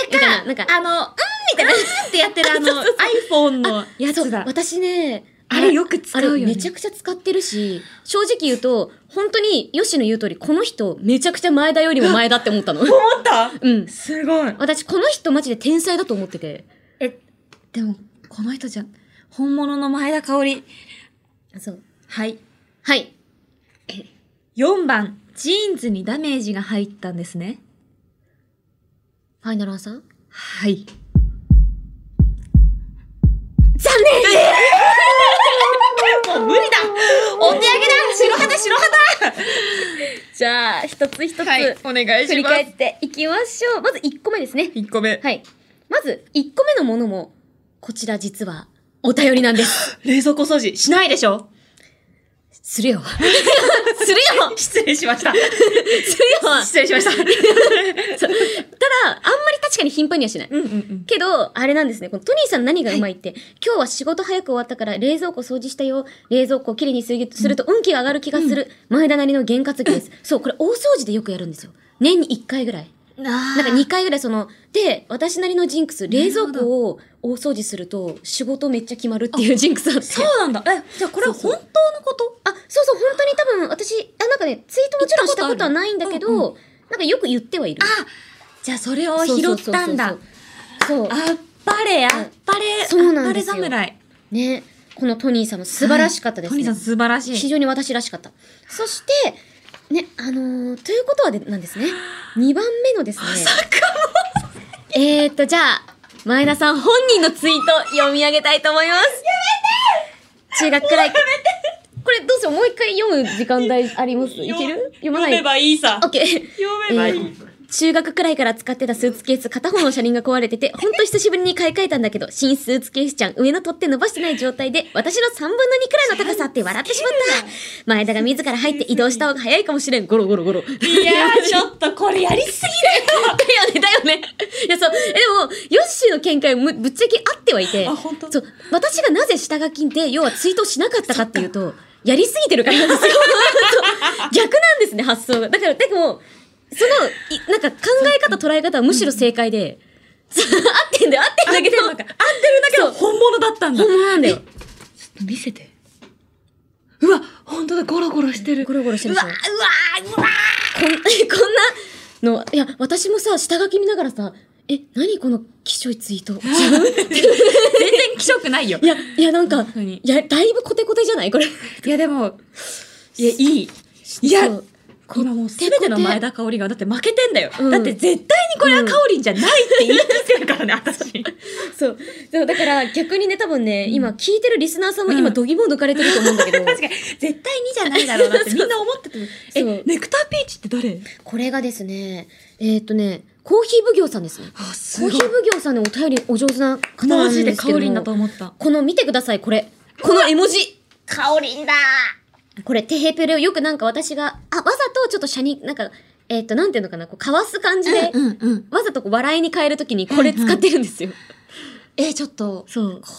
S2: みたい
S1: か、
S2: ななんか
S1: [LAUGHS] あの、うんみたいな、うんってやってるあの、iPhone のやつだ
S2: そう。私ね、
S1: あれよく使うよね
S2: あれめちゃくちゃ使ってるし、正直言うと、本当に吉野言う通り、この人めちゃくちゃ前田よりも前だって思ったの。
S1: 思った
S2: うん。
S1: すごい。
S2: 私この人マジで天才だと思ってて。
S1: え、でも、この人じゃ、本物の前田香織。
S2: そう。
S1: はい。
S2: はい。
S1: 4番、ジーンズにダメージが入ったんですね。
S2: ファイナルアンサー
S1: はい。
S2: 残
S1: もう無理だお手上げだ白肌白肌
S2: 念じゃあ、一つ一つ、
S1: お願い
S2: 振り返っていきましょう。まず1個目ですね。
S1: 1個目。
S2: はい。まず、1個目のものも、こちら実は、お便りなんです。
S1: 冷蔵庫掃除しないでしょ
S2: す [LAUGHS] るよ。するよ
S1: 失礼しました。
S2: するよ
S1: 失礼しました。
S2: ただ、あんまり確かに頻繁にはしない。
S1: うんうんうん。
S2: けど、あれなんですね。このトニーさん何がうまいって、今日は仕事早く終わったから冷蔵庫掃除したよ。冷蔵庫をきれいにするすると運気が上がる気がする。前田なりの験担
S1: [LAUGHS]
S2: ぎです。そう、これ大掃除でよくやるんですよ。年に1回ぐらい。
S1: な
S2: なんか2回ぐらいその、で、私なりのジンクス、冷蔵
S1: なるほ
S2: 庫を大掃除すると仕事めっちゃ決まるっていうジンクスあって。
S1: そうなんだ。え、じゃあこれは
S2: そう
S1: 本
S2: そう
S1: 当のこと
S2: あ、そうそう、本当に多分私、あ、なんかね、ツイートもちろんしたことはないんだけど、
S1: 言った
S2: なんかよく言ってはいる。
S1: じゃあそれを拾ったんだ。
S2: そ
S1: あ
S2: う。
S1: っぱれ、あっぱれ、
S2: そうなんです
S1: あ
S2: よ
S1: っぱれ侍。
S2: ね、このトニーさんも素晴らしかったです
S1: トニ
S2: ね。
S1: ーさん素晴ら
S2: 非
S1: しい。
S2: 常に私らしかった。そして、ね、あのーということはでなんですね。2番目のですね。えーっと、じゃあ、前田さん本人のツイート読み上げたいと思います。やめて中学くらい。これどうしようもう一回読む時間帯ありますいける読まない。
S1: ばいいさ
S2: オッケー。
S1: 読
S2: えー中学くらいから使ってたスーツケース片方の車輪が壊れててほんと久しぶりに買い替えたんだけど新スーツケースちゃん上の取って伸ばしてない状態で私の3分の2くらいの高さあって笑ってしまった前田が自ら入って移動した方が早いかもしれんゴロゴロゴロ
S1: いやー、ちょっとこれやりすぎ
S2: だよねだよねいやそうえでもヨッシーの見解むぶっちゃけ合ってはいて
S1: あ本当
S2: そう私がなぜ下書きで要はツイートしなかったかっていうとやりすぎてるからなんですよそう逆なんですね発想がだからでもそのいなんか考え方捉え方はむしろ正解で、そう合ってんだよ合ってんだけど
S1: 合ってるだけど本物だったんだ。
S2: 本物なんだよ
S1: 見せて。うわ、本当だ、ゴロゴロしてる。
S2: ゴロゴロしてる
S1: う
S2: で
S1: わ、
S2: し
S1: うわ、
S2: ょ
S1: うわ
S2: こんこんなのいや私もさ下書き見ながらさえ何このきしょいツイート
S1: 全然気色ないよ。
S2: いや、いや、なんか
S1: 本当に、
S2: いや、だいぶコテコテじゃないこれ。
S1: いや、でも、いや、いい。いや、
S2: そう
S1: これはもう全ての前田香織が、だって負けてんだよ。
S2: うん
S1: だって絶対にこれは香織んじゃないって言い切ってるからね、私。
S2: そう。そう、だから逆にね、多分ね、今聞いてるリスナーさんも
S1: う
S2: 今、
S1: ん
S2: どぎも抜かれてると思うんだけ
S1: [LAUGHS]
S2: ど、
S1: 確かに、絶対にじゃないだろうなってみんな思ってて。え、
S2: [LAUGHS] そう
S1: ネクターピーチって誰
S2: これがですね、えーっとね、コーヒー奉行さんですね。
S1: あ、す
S2: コーヒー奉行さんのお便りお上手な方な
S1: マ
S2: んです
S1: ジ
S2: けど
S1: で
S2: も
S1: 香織んだと思った。
S2: この見てください、これ。この絵文字。
S3: カオリンだ
S2: これ、テヘペレをよくなんか私が、あ、わざとちょっとシャに、なんか、えーっと、なんていうのかな、こう、かわす感じで、
S1: うんうん。
S2: わざとこう笑いに変えるときにこれ使ってるんですよ。
S1: え、ちょっと、
S2: そう。
S1: こ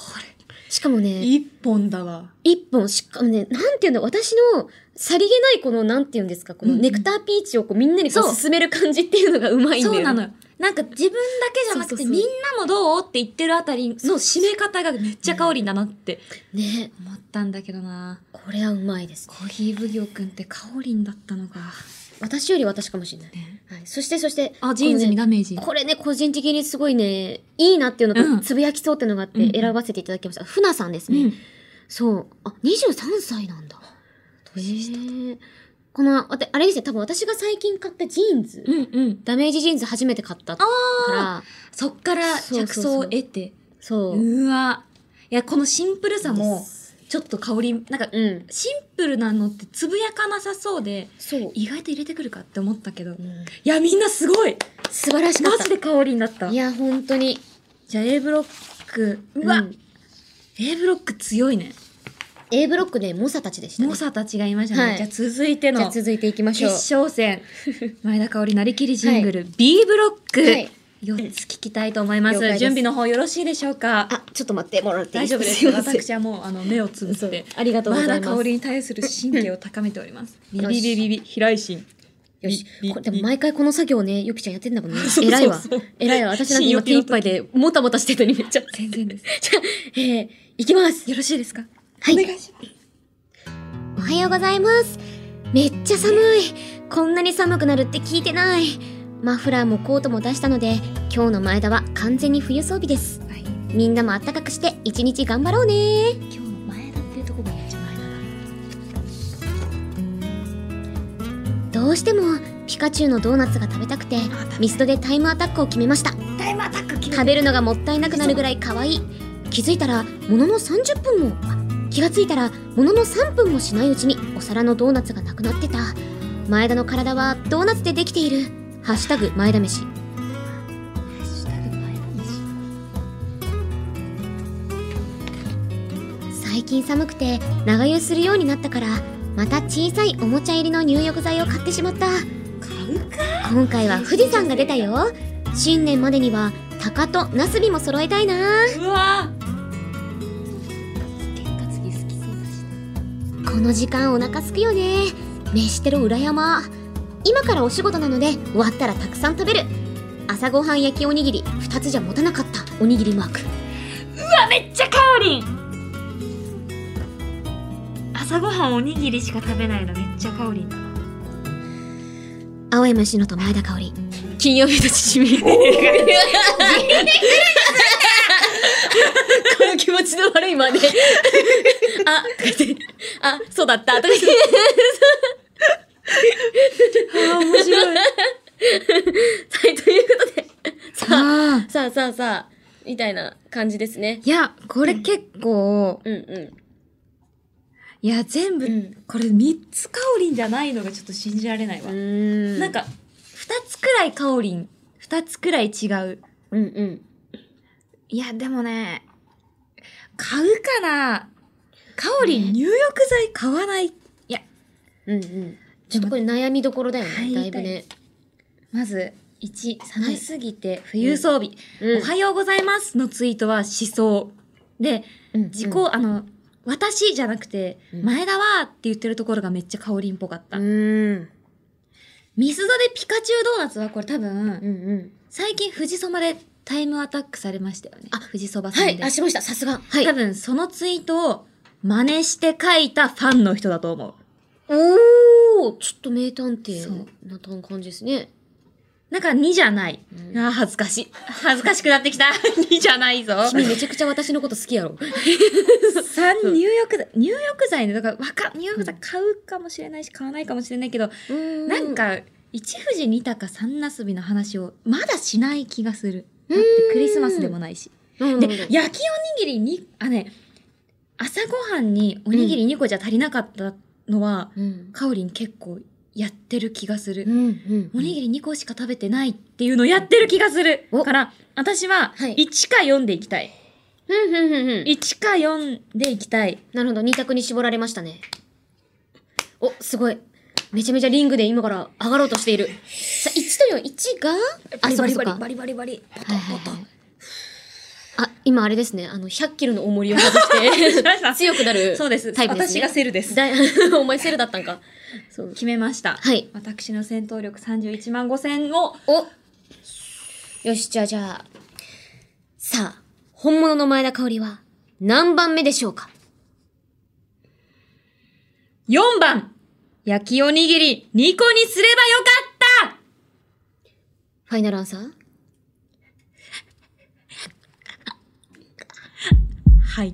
S2: しかもね
S1: れ、、一本だわ。
S2: 一本しかもね、なんていうんだ、私のさりげないこの、なんていうんですか、この
S1: うんうん
S2: ネクターピーチをこうみんなにこ
S1: そう
S2: う進める感じっていうのがうまいんだ
S1: そ
S2: よね。
S1: うなのよ。なんか自分だけじゃなく
S2: そうそ
S1: て
S2: うそう
S1: みんなもどうって言ってるあたりの締め方がめっちゃ香りんだなって
S2: ね。
S1: 思ったんだけどな。
S2: これはうまいです。
S1: コーヒー奉行くんって香りんだったのか。
S2: 私より私かもしれない。
S1: ね
S2: はい、そしてそして、
S1: あ、ジーンズにダメージ。
S2: これね、個人的にすごいね、いいなっていうの
S1: う
S2: と、
S1: ん
S2: つぶやきそうっていうのがあっ
S1: う
S2: て
S1: ん
S2: 選ばせていただきました。ふなさんです
S1: う
S2: ね。
S1: ん。
S2: そう。あ、23歳なんだ。
S1: 年下
S2: へえこの、あてあれですね、多分私が最近買ったジーンズ。
S1: うんうん。
S2: ダメージジーンズ初めて買ったから、
S1: そっから
S2: そう
S1: 着想
S2: そうそう
S1: を得て。
S2: そう。
S1: うわ。いや、このシンプルさも
S2: で、
S1: ちょっと香り、なんか、
S2: うん。
S1: シンプルなのってつぶやかなさそうで、
S2: そう。
S1: 意外と入れてくるかって思ったけど。い
S2: うん
S1: や、みんなすごい
S2: 素晴らしか
S1: マ
S2: っ
S1: ジで香りになった
S2: た。い。や、本当に。
S1: じゃあ A ブロック、うわ、
S2: うん
S1: A ブロック強いね。
S2: A ブロックでモサたちでしたね。
S1: 猛者たちがいましたね。
S2: はい
S1: じゃあ続いて
S2: じゃあ
S1: の決
S2: 続いていきましょう。
S1: 勝
S2: [LAUGHS]
S1: 戦。前田香織なりきりジングル、B ブロック、
S2: はい
S1: 4つ聞きたいと思いま
S2: 了
S1: す
S2: 解です
S1: 準備の方よろしいでしょうか
S2: あ、ちょっと待って、もらってい
S1: 大
S2: い
S1: 丈夫です
S2: よ。
S1: よ
S2: ません
S1: 私はもうあの目をつぶっ
S2: そう
S1: て
S2: ありがとうご
S1: 前
S2: ざ
S1: 田
S2: い
S1: 香
S2: ます。
S1: 織に対する神経を高めておりますビ
S2: [LAUGHS] よ
S1: ビ
S2: し
S1: ビビビ平井心
S2: よし
S1: ビ。
S2: これでも
S1: ビ。
S2: 毎回この作業ね、ゆきちゃんやってんだもん
S1: [LAUGHS]
S2: ね
S1: そうそうそう
S2: 偉いわ。偉いわ。私なんか今手
S1: 信用
S2: 一杯で、もたもたしてたのにめっちゃ。
S1: 全然です
S2: じゃあ、えー、いきます。
S1: よろしいですか
S2: はい。
S1: いします
S2: おはようございます。めっちゃ寒い。こんなに寒くなるって聞いてない。マフラーもコートも出したので、今日の前田は完全に冬装備です。
S1: はい
S2: みんなもあったかくして、一日頑張ろうね。
S1: 今日の前田っていうとこがめっちゃ前田だ
S2: どうしても、ピカチュウのドーナツが食べたくて、ミスドでタイムアタックを決めました。
S1: タイムアタック決
S2: 食べるのがもったいなくなるぐらい可愛い気づいたらものの30分もあ気がついたらものの3分もしないうちにお皿のドーナツがなくなってた前田の体はドーナツでできている「ハッシュタグ前田飯」最近寒くて長湯するようになったからまた小さいおもちゃ入りの入浴剤を買ってしまった今回は富士山が出たよ新年までには鷹とナスビも揃えたいな
S1: うわ
S2: この時間お腹すくよね飯テロ裏山今からお仕事なので終わったらたくさん食べる朝ごはん焼きおにぎり2つじゃ持たなかったおにぎりマーク
S1: めっちゃ香り朝ごはんおにぎりしか食べないのめっちゃ香りだな
S2: 青山しのと前田香織金曜日のしみこの気持ちの悪いまであとか言ってあそうだったとか言って
S1: あ面白
S2: [LAUGHS]
S1: い
S2: はい、ということで、さ
S1: あ
S2: あ、さあさあさあ、みたいな感じですね。
S1: いやこれ結構
S2: うんう
S1: いや全部、
S2: うん
S1: これ3つ香りんじゃないのがちょっと信じられないわ、
S2: ん。うん
S1: なん、か2つくらい香りん2つくらい違う
S2: うんうん。
S1: いやでもね買うかな香りん入浴剤買わない
S2: うんうん。ちょっとこれ悩みどころだよ
S1: は
S2: ね、
S1: い
S2: だいぶね。
S1: まず1寒すぎて冬装備、
S2: う
S1: おはようございますのツイートは思想で
S2: うんうん
S1: 自己、あの私じゃなくて、
S2: うん
S1: 前田はって言ってるところがめっちゃ香りんっぽかった、
S2: うん。
S1: ミスドでピカチュウドーナツはこれ多分、
S2: うんうん。
S1: 最近富士そばでタイムアタックされましたよね。
S2: あ
S1: 富士そばさん
S2: は
S1: で。
S2: い、あ、しました、さすが。は
S1: 多
S2: い。
S1: 分そのツイートを真似して書いたファンの人だと思う。
S2: おー、ちょっと名探偵
S1: そう
S2: な感じですね。
S1: なんか2じゃない。
S2: うん
S1: あー恥ずかしい。恥ずかしくなってきた。2じゃ [LAUGHS] ないぞ。
S2: 君めちゃくちゃ私のこと好きやろ。
S1: 3、入浴剤。入浴剤ね。だからわか、入浴剤
S2: う
S1: 買うかもしれないし、買わないかもしれないけど、
S2: うん
S1: なん、か、一富士二鷹三なすびの話をまだしない気がする。
S2: う
S1: だ
S2: ん
S1: ってクリスマスでもないし。
S2: で
S1: で、焼きおにぎりに、あ、ね、朝ごはんにおにぎり2個じゃ足りなかったのは、
S2: うん。
S1: かおりん結構やってる気がす
S2: うん
S1: る。
S2: うん。
S1: おにぎり2個しか食べてないっていうのをやってる気がする。
S2: お
S1: から、私は
S2: はい
S1: 1か4でいきたい。
S2: うんうんうんうん。
S1: 1か4でいきたい。
S2: なるほど、二択に絞られましたね。お、すごい。めちゃめちゃリングで今から上がろうとしている。さあ、1と4、1があ、そうかそうか。はい
S1: リバリバリ。バ
S2: はいはい。あ、今あれですね。あの、100キロの重りを外して、 [LAUGHS] 強くなる
S1: そうです。
S2: タイプです
S1: 私
S2: ね。
S1: がセルです。
S2: だい [LAUGHS] お前セルだったんか。そう。
S1: 決めました。
S2: はい。
S1: 私の戦闘力31万5千を、
S2: およし、じゃあじゃあ。さあ、本物の前田香織は何番目でしょうか
S1: 4番焼きおにぎり2個にすればよかった
S2: ファイナルアンサー
S1: はい。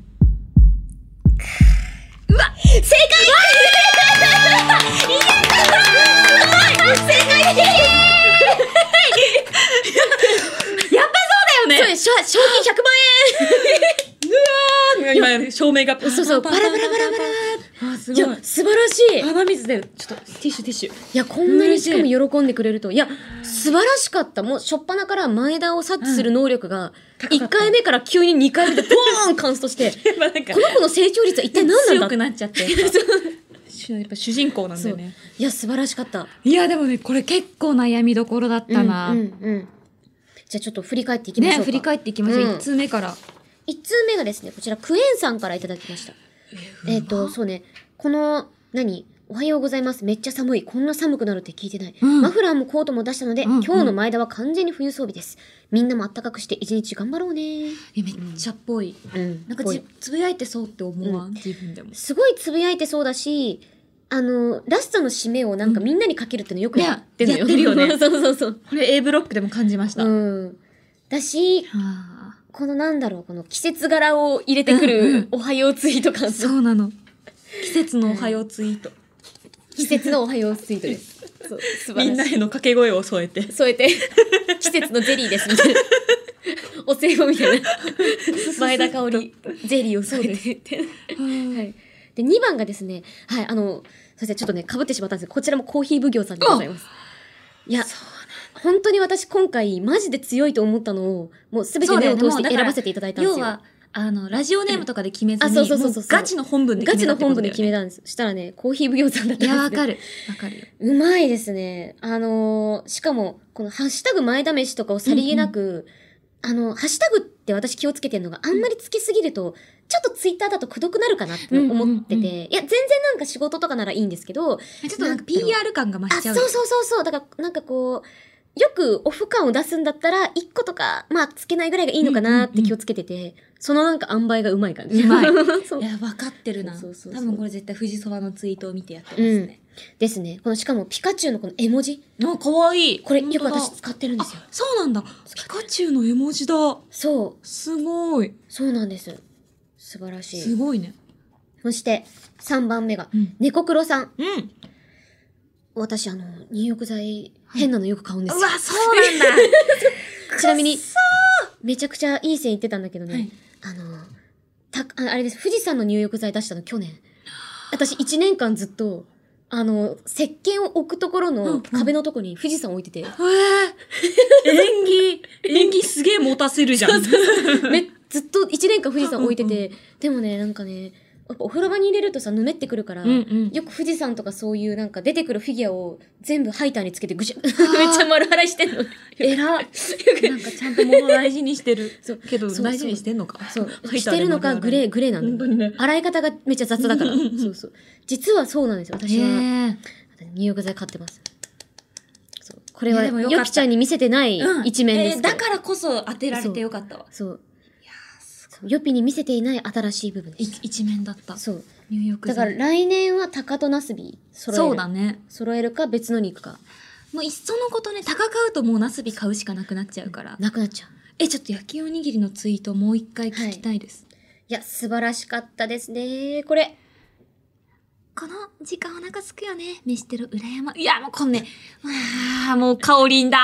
S1: うわ正解やったー正解やっぱそうだよね
S2: しょ賞金100万
S1: 今、照明がパンパンパンパン。
S2: そう [LAUGHS] そう、バラバラバラバラ。
S1: あ、す
S2: いや
S1: ごい、。
S2: 素晴らしい。い
S1: 鼻水出る。ちょっと、ティッシュティッ [LAUGHS] シュ。
S2: や、こんなに
S1: 嬉し
S2: し
S1: い
S2: かも喜んでくれると。いや、素晴らしかった。もう、初っ端から前田を察知する能力が、1回目から急に2回目でボーンカンス
S1: [LAUGHS]
S2: トして、こ
S1: まあなんか、
S2: の子の成長率は一体何な
S1: 強
S2: んだ
S1: くなっちゃって。やっぱ主 [LAUGHS] やっぱ主人公なんだよね。
S2: いや、素晴らしかった。
S1: いや、でもね、これ結構悩みどころだったな。
S2: うんうんうん。じゃあちょっと振り返っていきましょう
S1: ね、
S2: か。
S1: 振り返っていきましょう。
S2: うん
S1: 1通目から。
S2: 一通目がですね、こちら、クエンさんからいただきました。えっ、と、そうね、この、何おはようございます。めっちゃ寒い。こんな寒くなるって聞いてない。
S1: うん
S2: マフラーもコートも出したので、
S1: うんうん
S2: 今日の前田は完全に冬装備です。みんなも暖かくして一日頑張ろう
S1: え、
S2: ね。
S1: めっちゃっぽい。
S2: うん
S1: なんかじ、つぶやいてそうって思わん自分でも。
S2: すごいつぶやいてそうだし、あの、ラストの締めをなんかみんなにかけるってのよくやってるのよ。
S1: ねやってるよね
S2: [LAUGHS] そうそうそう。
S1: これ A ブロックでも感じました。は
S2: うん。だし、
S1: あ
S2: このなんだろう、この季節柄を入れて
S1: うん
S2: く
S1: う
S2: る
S1: ん
S2: おはようツイート感想
S1: そうなの。季節のおはようツイート。
S2: 季節のおはようツイートです。そう素
S1: みん
S2: 晴
S1: な
S2: らしい。
S1: への掛け声を添えて。
S2: 添えて、季節のゼリーですみたいな。お歳暮みたいな。前田香織、ゼリーを添えてって。はい。で、2番がですね、はい、あの、そしてちょっとね、被ってしまったんですが、こちらもコーヒー奉行さんでございます。いや、本当に私今回、マジで強いと思ったのを、もうすべて目を通して選ばせていただいたんですよ。
S1: 要は、あの、ラジオネームとかで決めず
S2: あ
S1: に、
S2: そうそうそうそう
S1: もガチの本文で
S2: ガチの本部で決
S1: め
S2: めたんです。したらね、コーヒー奉行さんだったんです
S1: い
S2: ね
S1: や、わかる。わかるよ。
S2: うまいですね。あのーしかも、このハッシュタグ前試しとかをさりげなく、あの、ハッシュタグって私気をつけてるのがあんまりつけすぎると、ちょっとツイッターだとくどくなるかなって思ってて、
S1: うんうんうんうん
S2: いや、全然なんか仕事とかならいいんですけど、
S1: ちょっとなんか PR 感が増
S2: あ、
S1: しち
S2: そ
S1: ゃ
S2: う
S1: う。
S2: そうそうそう。だから、なんかこう、よくオフ感を出すんだったら、1個とか、まあ、つけないぐらいがいいのかなって気をつけてて、そのなんか塩梅がうまい感じ。
S1: うまい
S2: [LAUGHS] そう
S1: いや、わかってるな。
S2: そうそうそうそう
S1: 多分これ絶対富士そばのツイートを見てやってますね。
S2: ですね。この、しかもピカチュウのこの絵文字。
S1: あ、かわいい。
S2: これよく
S1: 本当だ
S2: 私使ってるんですよ
S1: あ。、そうなんだ。ピカチュウの絵文字だ。
S2: そう。
S1: すごい。
S2: そうなんです。素晴らし
S1: す
S2: い。
S1: ごいね。
S2: そして、3番目が
S1: うん、
S2: 猫黒さん。
S1: うん。
S2: 私、あの、入浴剤、変なのよく買うんですよ。、
S1: そうなんだ。
S2: [LAUGHS] ちな
S1: [LAUGHS]
S2: みに、めちゃくちゃいい線いってたんだけどね、
S1: はい
S2: あの、た、ああれです、富士山の入浴剤出したの去年。私、1年間ずっと、あの、石鹸を置くところ
S1: うんう
S2: の
S1: ん
S2: 壁のとこに富士山置いて [LAUGHS] て、
S1: えー、演
S2: [LAUGHS]
S1: 技、演技すげえ持たせるじゃん。
S2: めずっと1年間富士山置いてて、でもね、なんかね、やっぱお風呂場に入れるとさ、ぬめってくるから、
S1: ん。
S2: よく富士山とかそういうなんか出てくるフィギュアを全部ハイターにつけてぐ [LAUGHS] しゃ、めっちゃ丸払いしてんの。
S1: え [LAUGHS] ら。なんかちゃんと物大事にしてる。
S2: そう
S1: けど、
S2: そうそう
S1: 大事にしてんのか。
S2: そう
S1: ハイター。で
S2: してるのかグレー、グレーな
S1: 本
S2: ん
S1: 当
S2: だよ。
S1: にね。
S2: 洗い方がめっちゃ雑だ [LAUGHS] から。
S1: うんうんうん
S2: そうそう。実はそうなんですよ。私は
S1: え。
S2: 入浴剤買ってます。そうこれはい
S1: やでもよかった
S2: よきちゃんに見せてない一面です
S1: えー
S2: けど
S1: だからこそ当てられてよかったわ。
S2: そう。そうよぴに見せていない新しい部分で
S1: い
S2: す。
S1: 一面だった。
S2: そう。
S1: 入浴
S2: だから来年は鷹とナスビ揃える。
S1: そうだね。
S2: 揃えるか別のに行くか。
S1: もういっそのことね、高買うともうナスビ買うしかなくなっちゃうから。
S2: なくなっちゃう。
S1: え、ちょっと焼きおにぎりのツイートもう一回聞きたいです。
S2: いや、素晴らしかったですね。これ。
S1: この時間お腹すくよね。飯テロ裏山。いや、もうこんね。ああ、もう香りんだ。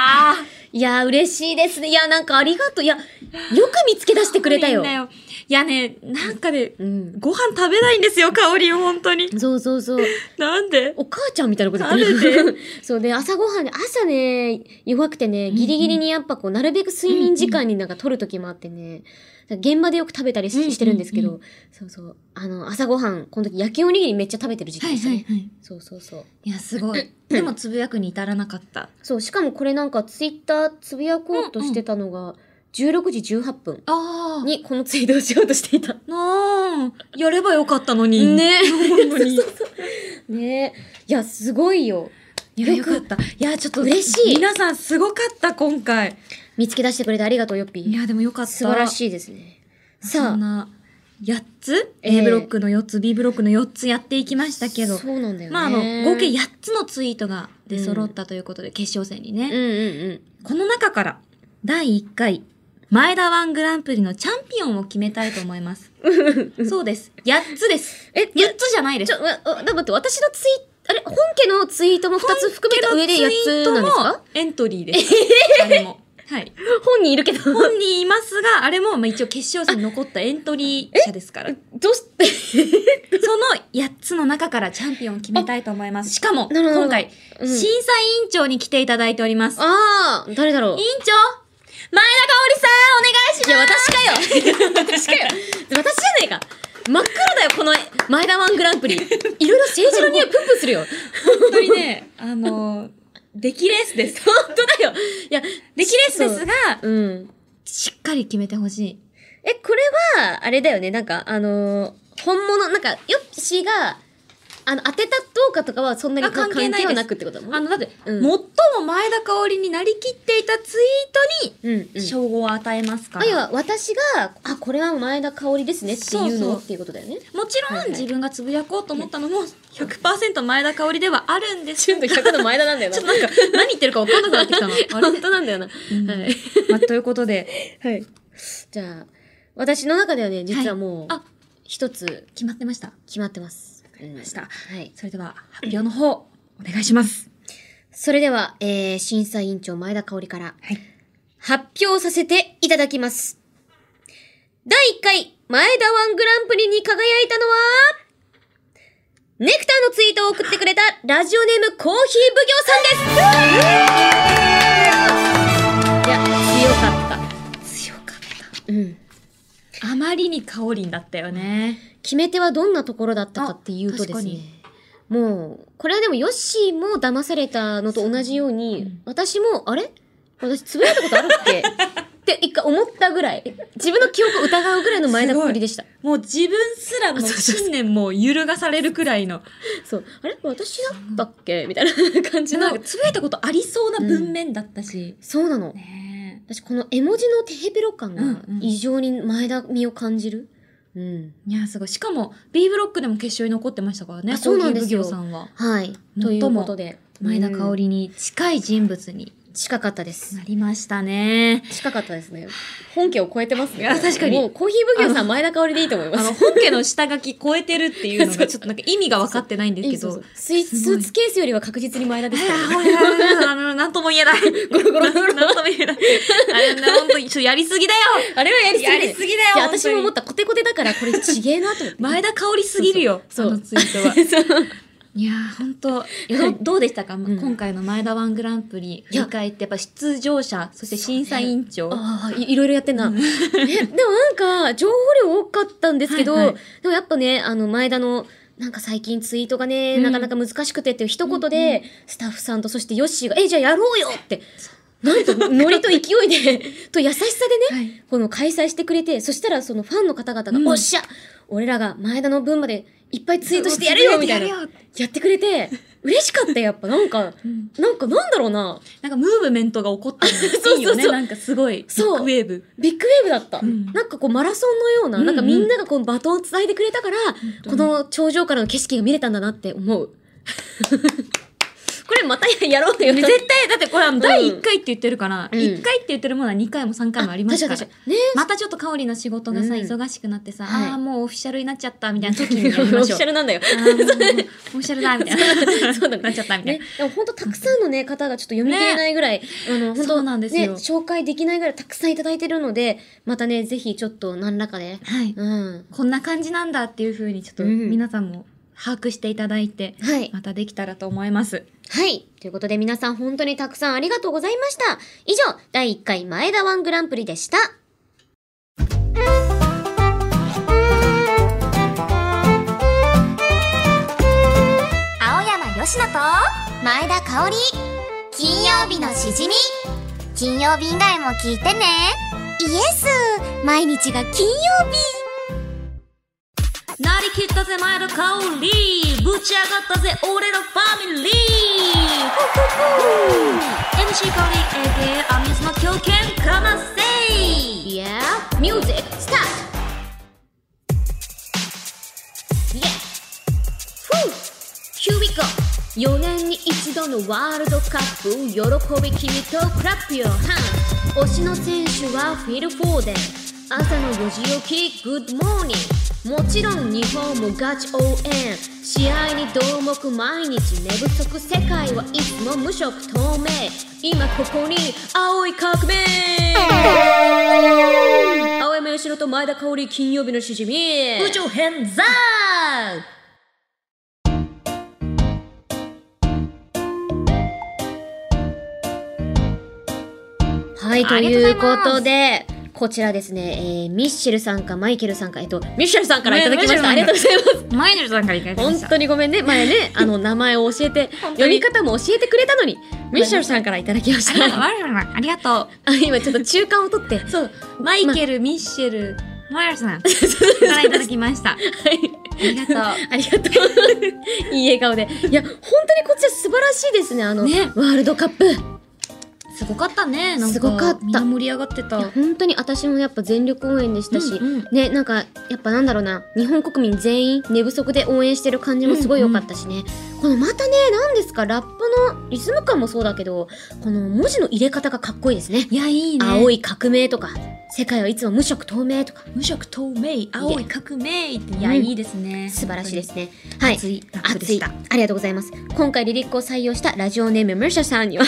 S2: いやー、嬉しいですね。いや、なんかありがとう。いや、よく見つけ出してくれたよ。
S1: 香りんだいやね、なんかね、
S2: うん。
S1: ご飯食べないんですよ、香りん、本当に。
S2: そうそうそう。
S1: なんで
S2: お母ちゃんみたいなこと言ってる。 [LAUGHS] そうで、朝ごはんね、朝ね、弱くてね、ギリギリにやっぱこう、なるべく睡眠時間になんか取る時もあってね、現場でよく食べたり
S1: う
S2: し,、
S1: んうんうん
S2: てるんですけど、そうそう。あの、朝ごはん、この時焼きおにぎりめっちゃ食べてる時期でしたね。
S1: はい。
S2: そうそうそう。
S1: いや、すごい。でも、つぶやくに至らなかった。
S2: そう、しかもこれなんかツイッターつぶやこうとしてたのが、16時18分
S1: あ
S2: にこのツイートをしようとしていた。
S1: あ。なあ。やればよかったのに。
S2: ね
S1: 本当に。
S2: ねえ。いや、すご [LAUGHS] いよ。
S1: いや、よかった。いや、ちょっと
S2: 嬉しい
S1: 皆さん、すごかった、今回。
S2: 見つけ出してくれてありがとう、よっぴ
S1: い
S2: ー。
S1: や、でもよかった。
S2: 素晴ら
S1: い。
S2: しいですね。
S1: そ
S2: さ
S1: ん
S2: あ、
S1: な、 8つ、
S4: ええ
S1: A ブロックの4つ B ブロックの4つやっていきましたけど、
S2: そうなんだよね。
S1: まああの合計8つのツイートが出揃ったということで、決勝戦に
S2: うん
S1: ね、
S2: うん
S1: この中から第1回前田ワングランプリのチャンピオンを決めたいと思います。そうです。8つです。
S2: え
S1: 8つじゃない
S2: うん。
S1: です
S2: ちょ、。わわだ待って、私のツイあれ、本家のツイートも2つ含めた上で8つなんですか
S1: エントリーです。あれも。はい。
S2: 本人いるけど。
S1: 本人いますが、あれもまあ一応決勝戦に残ったエントリー者ですから。
S2: どうして
S1: その8つの中からチャンピオンを決めたいと思います。しかも、
S2: なるほど
S1: 今回、
S2: うん
S1: 審査委員長に来ていただいております。委員
S2: [LAUGHS] ああ、誰だろ
S1: 長
S2: う
S1: 前田香織さんお願いします
S2: いや、私
S1: [LAUGHS]
S2: かよ私かよ私じゃねえか真っ黒だよ、この前田ワングランプリ。いろいろ政治の匂いプンプンす
S1: [LAUGHS]
S2: るよ。
S1: 本当にね、 [LAUGHS] あの、出来レースです。
S2: 本当だよ。いや、
S1: 出来レースですが、
S2: うん。
S1: しっかり決めてほしい。
S2: え、これは、あれだよね、なんか、あのー本物、なんか、ヨッシーが、あの、当てたどうかとかはそんなに
S1: あ関係
S2: 関係
S1: ないです
S2: はなくってことだもん
S1: あの、だって、
S2: う
S1: 最
S2: ん
S1: も前田香織になりきっていたツイート
S2: うん、うん。
S1: に、称号を与えますから。
S2: あいや、私が、あ、これは前田香織ですねっていう
S1: そう
S2: の
S1: そう
S2: っていうことだよね。
S1: もちろん、
S2: はいはい
S1: 自分がつぶやこうと思ったのも100%前田香織ではあるんですが
S2: 100の前田 [LAUGHS] なんだよな。
S1: ちょっとなんか何言ってるか分かんなくなってきたの。あれ
S2: [LAUGHS] 本当なんだよな。
S1: うん
S2: はい。
S1: [LAUGHS] まあということで、
S2: はい。じゃあ、私の中ではね、実はもう、
S1: あ、
S2: 一つ
S1: 決まってました。
S2: 決まってます。わかり
S1: ました
S2: はい。
S1: それでは発表の方、お願いします。
S2: それでは、えー、審査委員長前田香織から、
S1: はい
S2: 発表させていただきます。第1回、前田ワングランプリに輝いたのは、ネクターのツイートを送ってくれた、ラジオネームコーヒー奉行さんですいや、強かっ。
S1: 強かった
S2: うん。
S1: た。あまりに香りんだったよね。
S2: 決め手はどんなところだったかっていうとで
S1: あ
S2: す
S1: 確か
S2: ね
S1: に
S2: もうこれはでもヨッシーも騙されたのと同じように、
S1: うん
S2: 私もあれ私つぶやいたことあるっ
S1: [LAUGHS]
S2: けって一回思ったぐらい自分の記憶を疑うぐらいの前田っぷりでした
S1: もう自分すらの信念も揺るがされるくらいの、
S2: そうあれ私だったっけみたいな感じの
S1: なんかつぶやいたことありそうな文面だったし。
S2: そうなの
S1: ね
S2: 私この絵文字のテヘペロ感が
S1: うんうん
S2: 異常に前田味を感じるうん
S1: いや、すごい。しかも、B ブロックでも決勝に残ってましたからね、
S2: あそうなん
S1: コー
S2: です
S1: ヒー奉
S2: よ
S1: 行さんは。
S2: はいということで
S1: 前田香織に近い人物に
S2: うん近かったです
S1: なりました [LAUGHS] ね。
S2: 近かったですね。本家を超えてますね。
S1: いや確かに
S2: もうコーヒー奉行さん前田香織でいいと思いま
S1: あの、
S2: す。
S1: 本家の下書き超えてるっていうのが、ちょっとなんか意味が分かってないんです
S2: い
S1: け
S2: いそうそ
S1: ど
S2: う。スイ
S1: す
S2: ス
S1: ごい
S2: ーツケースよりは確実に前田ですからね。
S1: なんとも言えない。ゴロゴロゴロ。なんとも言えない。あれね、ほんと、ちょっとやりすぎだよ。
S2: あれはやりすぎだよ
S1: やりすぎだよ
S2: いや、
S1: 本当に
S2: 私も思ったコテコテだからこれちげえな
S1: [LAUGHS]
S2: と思って。
S1: 前田香織すぎるよ、そ
S2: [LAUGHS] そう
S1: のツイートは。いやー、ほんと、いやどうどうでしたか、
S2: ん
S1: 今回の前田ワングランプリ、
S2: いや
S1: 理解ってやっぱ出場者、そして審査委員長。
S2: ああ、いいろいろやってんな。え、でもなんか、情報量多かったんですけど、
S1: はいはい
S2: でもやっぱね、あの、前田の、なんか最近ツイートがね、
S1: うん
S2: なかなか難しくてっていう一言で、スタッフさんとそしてヨッシーが、え、じゃあやろうよって、なんと、ノリと勢
S1: [LAUGHS]
S2: いで、と優しさで
S1: は
S2: ね、
S1: い
S2: この開催してくれて、そしたらそのファンの方々が、
S1: うん
S2: おっしゃ俺らが前田の分までいっぱいツイートしてやるよみたいな。
S1: やるよ
S2: やってくれて、嬉しかった、やっぱ。なんか、
S1: うん
S2: なんかなんだろうな。
S1: なんかムーブメントが起こった
S2: そうそうそ
S1: の
S2: う
S1: いいよね。なんかすごい、ビッ
S2: そう
S1: グウェーブ。
S2: ビッグウェーブだった。
S1: うん
S2: なんかこうマラソンのような、
S1: うんうん
S2: なんかみんながこうバトンを伝えてくれたから、
S1: 当
S2: こ
S1: に
S2: の頂上からの景色が見れたんだなって思う。 [LAUGHS] これまたやろうという。
S1: 絶対、だってこれあの、第1回って言ってるから、
S2: うん
S1: 1回って言ってるものは2回も3回もありますから。
S2: 確かに確かにね
S1: またちょっと香りの仕事がさ、
S2: うん
S1: 忙しくなってさ、
S2: はい
S1: ああ、もうオフィシャルになっちゃったみたいな時
S2: [LAUGHS] オ
S1: にやり
S2: フ
S1: ま
S2: ィ
S1: し
S2: シ
S1: ょう。
S2: ャルなんだよ。
S1: あーもうもうオフィシャルだみたいな。
S2: [LAUGHS] そうだね
S1: なっちゃったみたい
S2: ね
S1: な。、
S2: でも本当たくさんのね、方がちょっと読み切れないぐらい、あの、本
S1: そう
S2: 当
S1: なんですよ
S2: ね、紹介できないぐらいたくさんいただいてるので、またね、ぜひちょっと何らかで、
S1: はい。
S2: うん。
S1: こんな感じなんだっていう風に、ちょっと
S2: うん
S1: 皆さんも把握していただいて、
S2: はい。
S1: またできたらと思います。
S2: はい。ということで皆さん本当にたくさんありがとうございました。以上、第1回前田ワングランプリでした。
S3: 青山よしのと前田香織金曜日のしじみ金曜日以外も聞いてねイエス毎日が金曜日
S1: なりきったぜ前田香りぶち上がったぜ俺らファミリー MC 香り AKA アミューズの狂犬かませい
S2: イエーミュージックスタート4年に一度のワールドカップ喜び君とクラップよハン推しの選手はフィル・フォーデン朝の4時起きグッドモーニングもちろん日本もガチ応援試合に同目毎日寝不足世界はいつも無色透明今ここに青い革命青山吉野と前田香織金曜日のしじみ部長編ザーはい、と
S5: あり
S2: い
S5: がと
S2: う
S5: うござ
S2: こ
S5: います
S2: とで、こちらですね、えーミッシェルさんかマイケルさんか、えっと、ミッシェルさんからいただきました。あり
S1: ね
S2: がとうございます。
S1: マイネルさんからいただきま
S2: 本
S1: した。
S2: 当にごめんね。前ね、あの、名前を教えて、読み方も教えてくれたのに、ミッシェルさんからいただきまし
S1: ありがとう。
S2: た。
S1: マイネルさん、ありがとう。
S2: あ今ちょっと中間を取って。はい。
S1: そう、マイケル、ミッシェル、マイネル
S2: [LAUGHS]
S1: さんからいただきました。ありがとう。
S2: ありがとう。 [LAUGHS] いい笑顔で。いや、本当にこちら素晴らしいですね、あの、
S1: ね
S2: ワールドカップ。
S1: すごかったね。なんか
S2: すごかった
S1: みんな盛り上がってた。
S2: 本当に私もやっぱ全力応援でしたし、
S1: うんうん
S2: ね、なんかやっぱなんだろうな日本国民全員寝不足で応援してる感じもすごい良かったしね、このまたね何ですかラップのリズム感もそうだけどこの文字の入れ方がかっこいいですね
S1: いや、いいね。
S2: 青い革命とか世界はいつも無色透明とか
S1: 無色透明、青い革命って。いや、
S2: うん
S1: いいですね。
S2: 素晴らしいですねはい
S1: 熱いラップで
S2: 熱
S1: し
S2: い
S1: た
S2: ありがとうございます今回リリックを採用したラジオネームムルシャさんには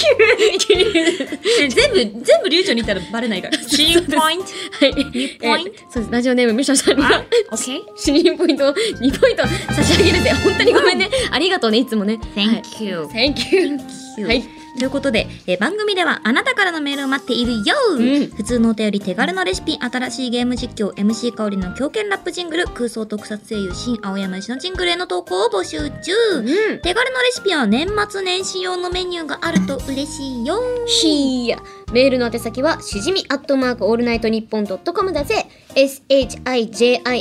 S2: は
S1: ね全部、全部流暢に言ったらバレ
S2: [LAUGHS]
S1: ないから。シーンポイント。
S2: い
S1: ポイント
S2: えーそうですラジオネームムルシャさんには
S1: あ、オッケー
S2: 主任ポイントを2ポイント差し上げるぜ本当にごめんね、ありがとうねいつもね
S1: Thank you.
S2: はい Thank you はい
S1: ということで、えー番組ではあなたからのメールを待っているよ、
S2: うん
S1: 普通のお便り手軽のレシピ新しいゲーム実況 MC 香りの狂犬ラップジングル空想特撮声優新青山石のジングルへの投稿を募集中、
S2: うん
S1: 手軽のレシピは年末年始用のメニューがあると嬉しいよ
S2: ひーやメールの宛先はしじみアットマークオールナイトニッポンドットコムだぜ SHIJIMI ア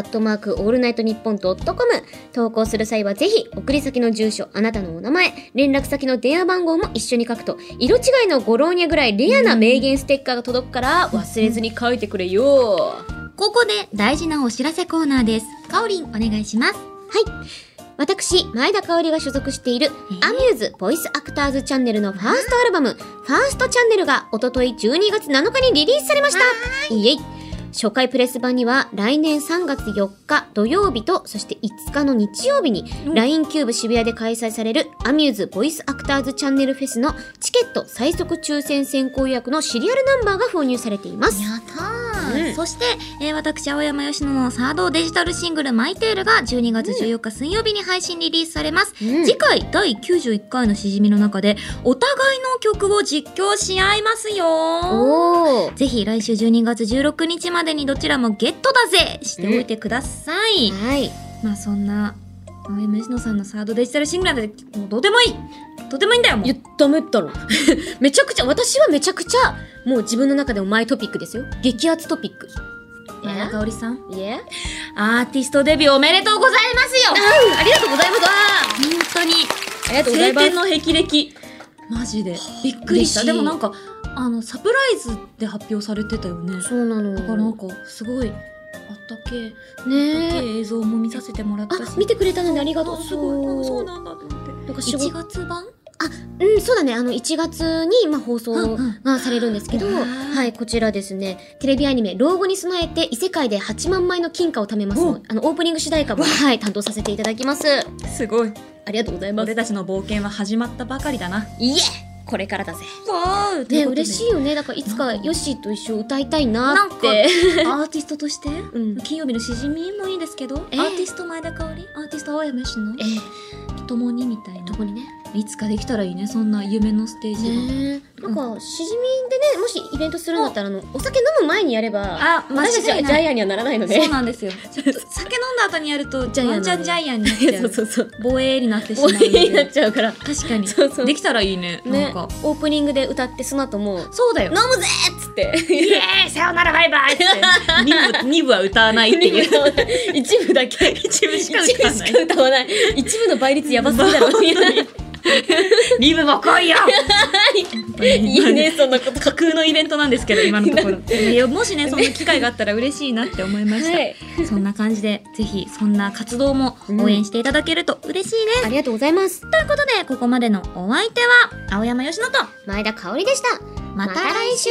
S2: ットマークオールナイトニッポンドットコム投稿する際はぜひ送り先の住所あなたのお名前連絡先の電話番号も一緒に書くと色違いのゴローニャぐらいレアな名言ステッカーが届くから忘れずに書いてくれよ、
S1: ここで大事なお知らせコーナーですかおりんお願いします
S2: 私、前田香織が所属している
S1: ー
S2: アミューズボイスアクターズチャンネルのファーストアルバム、ファーストチャンネルがおととい12月7日にリリースされましたイエイ初回プレス版には来年3月4日土曜日とそして5日の日曜日に
S1: うん
S2: LINE キューブ渋谷で開催されるアミューズボイスアクターズチャンネルフェスのチケット最速抽選先行予約のシリアルナンバーが封入されています。
S1: やったー、
S2: うん
S1: そして、えー私青山佳乃のサードデジタルシングル「マイテール」が12月14日水曜日に配信リリースされます、
S2: うん
S1: 次回第91回のしじみの中でお互いの曲を実況し合いますよ
S2: おー
S1: ぜひ来週12月16日までにどちらもゲットだぜしておいてください、
S2: はい。
S1: まあそんな青山佳乃さんのサードデジタルシングルなんてもうどうでもいいとてもいいんだよもう
S2: いや、ダメだろ。 [LAUGHS] めちゃくちゃ、私はめちゃくちゃ、もう自分の中でもマイトピックですよ。激アツトピック。
S1: 前田香織さん
S2: いえ
S1: アーティストデビューおめでとうございますよ
S2: ありがとうございます。わ
S1: 本当に
S2: ーありがとうござい
S1: 晴
S2: ます
S1: 天。の霹靂マジでびっくりしたで
S2: 嬉しい
S1: もなんかあのサプライズで発表されてたよね
S2: そうなの。
S1: だからなんかすごいあったけえあったけ
S2: ねえ。
S1: え映像も見させてもらっ
S2: あ
S1: たし、
S2: 見てくれたのでありがとう。
S1: あすごいあそう
S2: の。
S1: なんだと思って
S2: なんか仕
S1: 1
S2: 事、
S1: 月版
S2: うん、そうだね。あの、1月に、まあ、放送
S1: うんうん
S2: がされるんですけど、
S1: うわー
S2: はい、こちらですね、テレビアニメ、老後に備えて異世界で8万枚の金貨を貯めますの
S1: お
S2: あの、オープニング主題歌も、はい、担当させていただきます。
S1: すごい
S2: ありがとうございます
S1: 俺。たちの冒険は始まったばかりだな
S2: いえこれからだぜ。
S1: わー
S2: ね、嬉しい
S1: い
S2: よね。だからいつかヨッシーと一緒に歌いたいな
S1: なん
S2: っ
S1: か
S2: て。
S1: [LAUGHS] アーティストとして
S2: [LAUGHS] うん。
S1: 金曜日のしじみもいいですけど、
S2: ええ
S1: アーティスト前田香織アーティスト青山佳乃
S2: ええ、
S1: 共にみたいな
S2: とこにね。
S1: いつかできたらいいねそんな夢のステージが、
S2: ね
S1: う
S2: え。なん
S1: ん
S2: か、しじみでね、もしイベントするんだったら、あの、お酒飲む前にやれば、
S1: あ間
S2: 私たち
S1: 違
S2: はいジ
S1: な
S2: ャ
S1: い
S2: イアンにはならないので。
S1: そう
S2: [LAUGHS]
S1: なんですよちょっと酒飲んだ後にやると
S2: ジ
S1: ジ
S2: ャ
S1: ャ
S2: イ
S1: イ
S2: ア
S1: ア
S2: ン
S1: ン
S2: な
S1: ジ
S2: ん
S1: ャイ
S2: で
S1: アンになっ [LAUGHS]
S2: そ
S1: ちゃ
S2: う [LAUGHS] そううそう。
S1: 防衛になってしま
S2: 応
S1: うの
S2: 援になっ
S1: で
S2: ちゃうから。
S1: 確かに
S2: そうそう
S1: できたらいいねな
S2: ね
S1: んか、
S2: オープニングで歌って、その後もう、
S1: そうだ
S2: 飲
S1: よ
S2: むぜっつって。 [LAUGHS]
S1: イエーイさよならバイバイって 2, [LAUGHS] 部二部は歌わないっていう
S2: 一部だけ。
S1: 一部しか
S2: 一
S1: 歌
S2: 部
S1: わ
S2: し
S1: ない
S2: か歌わない。 [LAUGHS] 一部の倍率やばすぎだろ。
S1: 2部も来いよ当に。
S2: いいね、そんなこと。
S1: 架空のイベン [LAUGHS] トなんですけど、今のところ。いやもしね、そんな機会があったら嬉しいなって思いました。
S2: はい。
S1: そんな感じで、ぜひ、そんな活動も応援していただけると嬉しいね。
S2: ありがとうございます。
S1: ということで、ここまでのお相手は、青山よしのと、
S2: 前田香織でした。
S1: また来週
S2: 週